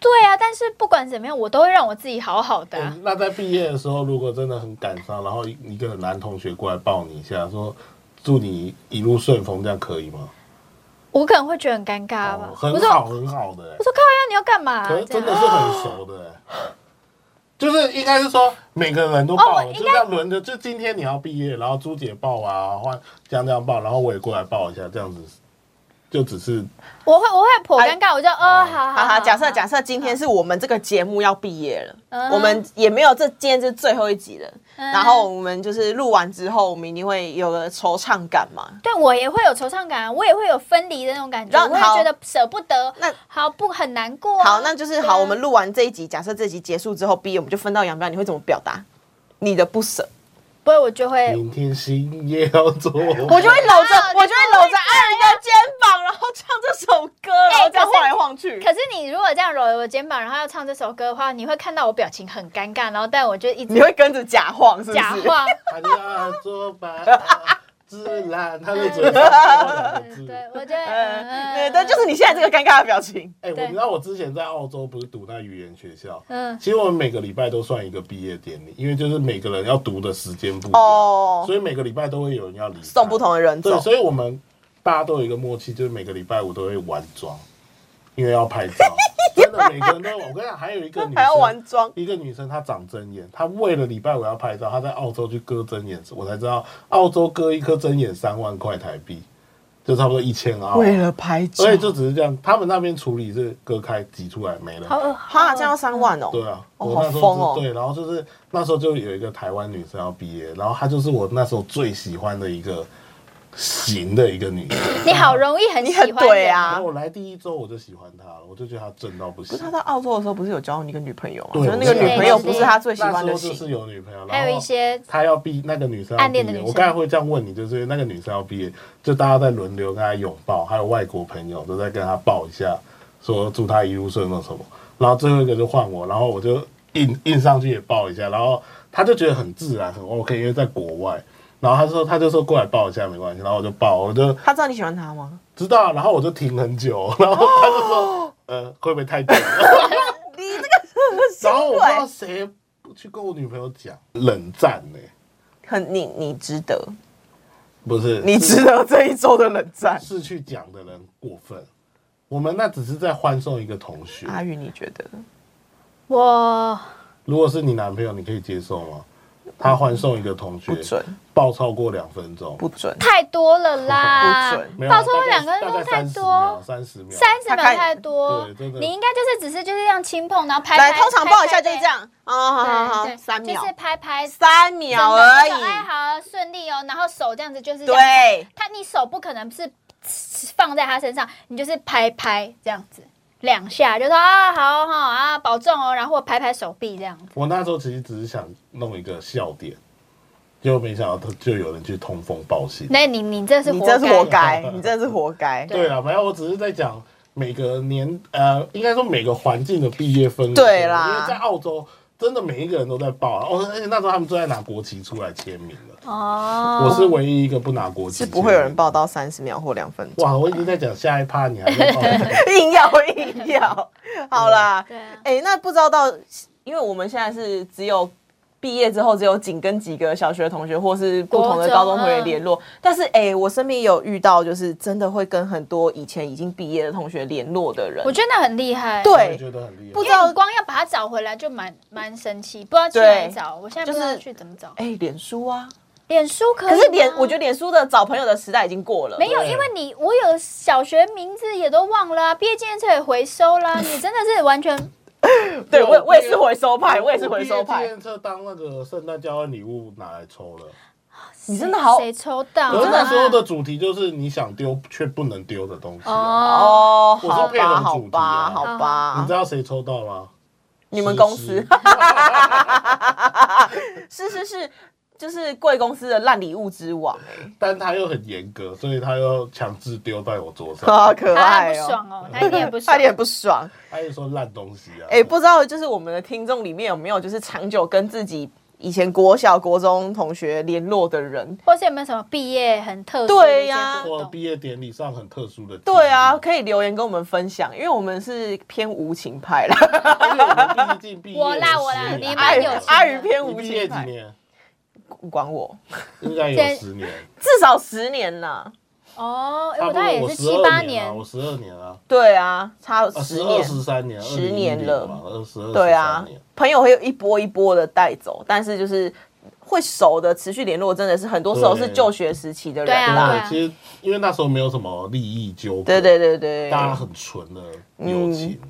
[SPEAKER 4] 对啊，但是不管怎么样，我都会让我自己好好的啊、
[SPEAKER 1] 嗯
[SPEAKER 3] 那在毕业的时候，如果真的很感伤，然后一个男同学过来抱你一下，说祝你一路顺风，这样可以吗？
[SPEAKER 4] 我可能会觉得很尴尬吧
[SPEAKER 3] 哦。
[SPEAKER 4] 我
[SPEAKER 3] 很
[SPEAKER 4] 说
[SPEAKER 3] 好，很好的欸
[SPEAKER 4] 我。说靠呀，你要干嘛、
[SPEAKER 3] 可是
[SPEAKER 4] 这
[SPEAKER 3] 真
[SPEAKER 4] 样
[SPEAKER 3] 的是很熟的欸，就是应该是说每个人都
[SPEAKER 4] 哦
[SPEAKER 3] 报
[SPEAKER 4] 我
[SPEAKER 3] 了，
[SPEAKER 4] 应
[SPEAKER 3] 就这样轮着，就今天你要毕业，然后朱姐报啊，换这样这样报，然后我也过来报一下，这样子就只是
[SPEAKER 4] 我会我会颇尴尬，我就哦，好
[SPEAKER 1] 哈
[SPEAKER 4] 好
[SPEAKER 1] 哎哈，假设假
[SPEAKER 4] 设，
[SPEAKER 1] 设今天是我们这个节目要毕业了，
[SPEAKER 4] 嗯
[SPEAKER 1] 我们也没有这今天是最后一集了，
[SPEAKER 4] 嗯
[SPEAKER 1] 然后我们就是录完之后，我们一定会有个惆怅感嘛。
[SPEAKER 4] 对我也会有惆怅感啊，我也会有分离的那种感觉，
[SPEAKER 1] 然后
[SPEAKER 4] 我会
[SPEAKER 1] 好
[SPEAKER 4] 觉得舍不得，
[SPEAKER 1] 那
[SPEAKER 4] 好不很难过啊、
[SPEAKER 1] 好，那就是好。
[SPEAKER 4] 对啊
[SPEAKER 1] 我们录完这一集，假设这集结束之后，B 我们就分道扬镳，你会怎么表达你的不舍？
[SPEAKER 4] 不会，我就会
[SPEAKER 3] 明天心也要做。
[SPEAKER 1] 哎我就会搂着，
[SPEAKER 4] 啊
[SPEAKER 1] 我就哎会搂着爱人的肩膀，然后唱这首歌，然后这样晃来晃去。
[SPEAKER 4] 可是你如果这样揉我肩膀，然后要唱这首歌的话，你会看到我表情很尴尬，然后但我就一直
[SPEAKER 1] 你会跟着假晃，是不
[SPEAKER 4] 假
[SPEAKER 1] 是？
[SPEAKER 4] 话。
[SPEAKER 3] 寒鸦作伴，自然，他的嘴上多两个
[SPEAKER 4] 嗯，
[SPEAKER 3] 字。
[SPEAKER 4] 对，我觉得，嗯
[SPEAKER 1] 呃对对，就是你现在这个尴尬的表情。
[SPEAKER 3] 哎、我
[SPEAKER 4] 对
[SPEAKER 3] 你知道我之前在澳洲不是读那语言学校？
[SPEAKER 4] 嗯，
[SPEAKER 3] 其实我们每个礼拜都算一个毕业典礼，因为就是每个人要读的时间不一样，
[SPEAKER 1] 哦
[SPEAKER 3] 所以每个礼拜都会有人要离开
[SPEAKER 1] 送不同的人
[SPEAKER 3] 对，
[SPEAKER 1] 走，
[SPEAKER 3] 所以我们大家都有一个默契，就是每个礼拜五都会玩妆，因为要拍照。真的，每个人都，我跟你讲，还有一个女 生
[SPEAKER 1] 还要玩妆。
[SPEAKER 3] 一个女生她长针眼，她为了礼拜五要拍照，她在澳洲去割针眼，我才知道澳洲割一颗针眼三万块台币，就差不多一千澳。
[SPEAKER 1] 为了拍照
[SPEAKER 3] 所，以就只是这样，他们那边处理是割开挤出来没
[SPEAKER 4] 好
[SPEAKER 3] 了。
[SPEAKER 4] 恶，
[SPEAKER 1] 哈，这样要三万哦。
[SPEAKER 3] 对啊，
[SPEAKER 1] 哦
[SPEAKER 3] 我那时
[SPEAKER 1] 好
[SPEAKER 3] 候
[SPEAKER 1] 疯哦
[SPEAKER 3] 是对，然后就是那时候就有一个台湾女生要毕业，然后她就是我那时候最喜欢的一个型的一个女生。
[SPEAKER 4] 你好容易很
[SPEAKER 1] 你
[SPEAKER 4] 喜
[SPEAKER 1] 很
[SPEAKER 4] 欢
[SPEAKER 1] 对
[SPEAKER 4] 人
[SPEAKER 1] 啊
[SPEAKER 3] 然后我来第一周我就喜欢她了，我就觉得她正到不
[SPEAKER 1] 不
[SPEAKER 3] 行
[SPEAKER 1] 是。他到澳洲的时候，不是有交一个女朋友吗？
[SPEAKER 3] 对
[SPEAKER 1] 就是那个女朋友不是他最喜
[SPEAKER 3] 那
[SPEAKER 1] 欢
[SPEAKER 3] 时
[SPEAKER 1] 的
[SPEAKER 3] 候就是
[SPEAKER 1] 型。
[SPEAKER 3] 有女朋友，
[SPEAKER 4] 还有一。些
[SPEAKER 3] 她要毕那个女生要
[SPEAKER 4] 暗恋
[SPEAKER 3] 毕业
[SPEAKER 4] 的女
[SPEAKER 3] 我
[SPEAKER 4] 生
[SPEAKER 3] 刚才会这样问你，就是那个女生要毕业，就大家在轮流跟她拥抱，还有外国朋友都在跟她抱一下，说祝她一路顺风什么。然后最后一个就换我，然后我就印印上去也抱一下，然后她就觉得很自然很 OK，因为在国外。然后她说，她就说过来抱一下没关系，然后我就抱，我就
[SPEAKER 1] 他知道你喜欢他吗？
[SPEAKER 3] 知道，然后我就停很久， 然后她就说，呃，会不会太久
[SPEAKER 4] 哦
[SPEAKER 3] 了？
[SPEAKER 1] 你这个
[SPEAKER 3] 然后我不知道谁去跟我女朋友讲冷战呢、
[SPEAKER 1] 很你你值得，
[SPEAKER 3] 不是
[SPEAKER 1] 你值得这一周的冷战。
[SPEAKER 3] 是去讲的人过分。我们那只是在欢送一个同学。
[SPEAKER 1] 阿宇，你觉得？
[SPEAKER 4] 我
[SPEAKER 3] 如果是你男朋友，你可以接受吗？他欢送一个同学
[SPEAKER 1] 不，准，
[SPEAKER 3] 抱超过两分钟，
[SPEAKER 1] 不准。
[SPEAKER 4] 太多了啦
[SPEAKER 1] 不准，
[SPEAKER 3] 没有
[SPEAKER 4] 抱错
[SPEAKER 3] 大概
[SPEAKER 4] 两个人
[SPEAKER 3] 大
[SPEAKER 4] 都
[SPEAKER 3] 概
[SPEAKER 4] 太
[SPEAKER 3] 30
[SPEAKER 4] 多
[SPEAKER 3] 秒，，三十秒，
[SPEAKER 4] 三十
[SPEAKER 1] 他
[SPEAKER 4] 秒
[SPEAKER 1] 看
[SPEAKER 4] 太多
[SPEAKER 3] 对真，的
[SPEAKER 4] 你应该就是只是就是这样轻碰，然后拍
[SPEAKER 1] 来，
[SPEAKER 4] 拍，
[SPEAKER 1] 通常
[SPEAKER 4] 拍
[SPEAKER 1] 抱一下
[SPEAKER 4] 拍
[SPEAKER 1] 就是这样，啊，好
[SPEAKER 4] 对
[SPEAKER 1] 好好，
[SPEAKER 4] 对
[SPEAKER 1] 三秒
[SPEAKER 4] 就，是拍拍
[SPEAKER 1] 三秒而
[SPEAKER 4] 真的就说哎，
[SPEAKER 1] 已。
[SPEAKER 4] 好顺利哦，然后手这样子就是这样
[SPEAKER 1] 对，
[SPEAKER 4] 他你手不可能是放在他身上，你就是拍拍这样子两下，就说啊好哈啊保重哦，然后或拍拍手臂这样子。
[SPEAKER 3] 我那时候其实只是想弄一个笑点，结果没想到他就有人去通风报信。
[SPEAKER 4] 那你你这是
[SPEAKER 1] 你真是活
[SPEAKER 4] 活该，
[SPEAKER 1] 该，你真的是活该。
[SPEAKER 4] 对
[SPEAKER 3] 对啊，没有，我只是在讲每个年呃，应该说每个环境的毕业分
[SPEAKER 1] 对啦
[SPEAKER 3] 因为在澳洲真的每一个人都在报啊，哦，而且那时候他们都在拿国旗出来签名了。
[SPEAKER 4] 哦，
[SPEAKER 3] 我是唯一一个不拿国旗，
[SPEAKER 1] 是不会有人。报到三十秒或两分钟，
[SPEAKER 3] 哇，我已经在讲下一趴，你还在报。
[SPEAKER 1] 硬要硬要。好啦，
[SPEAKER 4] 对啊
[SPEAKER 1] 哎、那不知道到，因为我们现在是只有毕业之后只有仅跟几个小学同学或是不同的
[SPEAKER 4] 国中嗯
[SPEAKER 1] 高中同学联络，但是哎、我身边也有遇到，就是真的会跟很多以前已经毕业的同学联络的人
[SPEAKER 4] 我。觉得那很厉害。
[SPEAKER 1] 对
[SPEAKER 3] 我也觉得很厉害
[SPEAKER 1] 不。
[SPEAKER 4] 因为你光要把它找回来就蛮蛮神奇，不知道去
[SPEAKER 1] 对
[SPEAKER 4] 哪里找。我现在不知道
[SPEAKER 1] 就是
[SPEAKER 4] 去怎么找。
[SPEAKER 1] 哎、脸书啊，
[SPEAKER 4] 脸书可以
[SPEAKER 1] 可
[SPEAKER 4] 吗，
[SPEAKER 1] 是脸，我觉得脸书的找朋友的时代已经过了。
[SPEAKER 4] 没有，
[SPEAKER 3] 对
[SPEAKER 4] 因为你我有小学名字也都忘了啊、毕业纪念册也回收 啦，你真的是完全
[SPEAKER 1] 对我也
[SPEAKER 3] 我
[SPEAKER 1] 我也是回收派， 我也是回收
[SPEAKER 3] 啊我毕业纪
[SPEAKER 1] 派。
[SPEAKER 3] 念册当那个圣诞交换礼物拿来抽了。
[SPEAKER 1] 你真的好
[SPEAKER 4] 谁抽
[SPEAKER 1] 哦
[SPEAKER 4] 到啊？
[SPEAKER 3] 可是那时候的主题就是你想丢却不能丢的东西啊、
[SPEAKER 4] 哦，
[SPEAKER 1] 哦，
[SPEAKER 3] 我是
[SPEAKER 1] 好
[SPEAKER 3] 配合
[SPEAKER 1] 吧，好
[SPEAKER 3] 主题啊
[SPEAKER 1] 吧，好
[SPEAKER 3] 你
[SPEAKER 4] 嗯
[SPEAKER 1] 吧
[SPEAKER 3] 知，道谁抽到吗？
[SPEAKER 1] 你们公
[SPEAKER 3] 诗
[SPEAKER 1] 司
[SPEAKER 3] 诗。
[SPEAKER 1] 是是是，就是贵公司的烂礼物之王哎、
[SPEAKER 3] 但他又很严格，所以他又强制丢在我桌 上。
[SPEAKER 1] 好可
[SPEAKER 4] 他
[SPEAKER 1] 爱
[SPEAKER 4] 不
[SPEAKER 1] 哦、
[SPEAKER 4] 爽哦，他一点也不爽，
[SPEAKER 1] 他有点不爽。
[SPEAKER 3] 他就说烂东西啊！
[SPEAKER 1] 哎、不知道就是我们的听众里面有没有就是长久跟自己以前国小、国中同学联络的人？
[SPEAKER 4] 或是有没有什么毕业很特殊的
[SPEAKER 1] 对
[SPEAKER 4] 一些
[SPEAKER 1] 呀
[SPEAKER 4] 活
[SPEAKER 3] 或
[SPEAKER 4] 动？
[SPEAKER 3] 毕业典礼上很特殊的。
[SPEAKER 1] 对啊，，可以留言跟我们分享，因为我们是偏无情派啦，
[SPEAKER 3] 因为我们毕竟毕业
[SPEAKER 4] 我啦我啦
[SPEAKER 3] 十年
[SPEAKER 4] 你
[SPEAKER 1] 阿
[SPEAKER 4] 蛮
[SPEAKER 1] 宇
[SPEAKER 4] 有情的
[SPEAKER 1] 阿宇偏
[SPEAKER 3] 你
[SPEAKER 1] 无
[SPEAKER 3] 毕业
[SPEAKER 1] 情
[SPEAKER 3] 几
[SPEAKER 1] 派，
[SPEAKER 3] 年？
[SPEAKER 1] 不管我，
[SPEAKER 3] 应该有十年，
[SPEAKER 1] 至少十年啦。
[SPEAKER 4] 哦，哎
[SPEAKER 3] 差不
[SPEAKER 4] 我
[SPEAKER 3] 多
[SPEAKER 4] 大概也
[SPEAKER 3] 我
[SPEAKER 4] 是
[SPEAKER 3] 十
[SPEAKER 4] 七
[SPEAKER 3] 二
[SPEAKER 4] 八
[SPEAKER 3] 年啊，
[SPEAKER 4] 年
[SPEAKER 3] 我，十二年啊，
[SPEAKER 1] 对啊，差
[SPEAKER 3] 啊
[SPEAKER 1] 十
[SPEAKER 3] 十
[SPEAKER 1] 年
[SPEAKER 3] 二，十三年，
[SPEAKER 1] 十年了
[SPEAKER 3] 二十二
[SPEAKER 1] 对啊，朋友会有一波一波的带走，但是就是会熟的持续联络，真的是很多时候是
[SPEAKER 3] 对
[SPEAKER 1] 就学时期的人
[SPEAKER 4] 对啊
[SPEAKER 1] 啦。
[SPEAKER 3] 对，其实因为那时候没有什么利益纠葛，
[SPEAKER 1] 对嗯对对对，
[SPEAKER 3] 大家很纯的友情。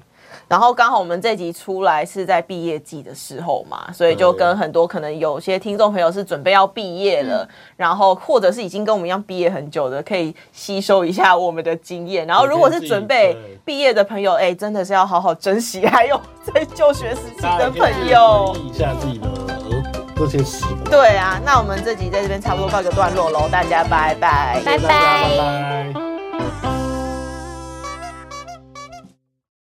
[SPEAKER 1] 然后刚好我们这集出来是在毕业季的时候嘛，所以就跟很多可能有些听众朋友是准备要毕业了，
[SPEAKER 3] 嗯
[SPEAKER 1] 然后或者是已经跟我们一样毕业很久的，可以吸收一下我们的经验。然后如果是准备毕业的朋友，哎，真的是要好好珍惜，还有在就学时期
[SPEAKER 3] 大家
[SPEAKER 1] 的
[SPEAKER 3] 可以
[SPEAKER 1] 朋友
[SPEAKER 3] 回。忆一下自己的儿这些时光。
[SPEAKER 1] 对啊，那我们这集在这边差不多告一个段落喽，大家拜拜。
[SPEAKER 4] 拜
[SPEAKER 3] 拜拜。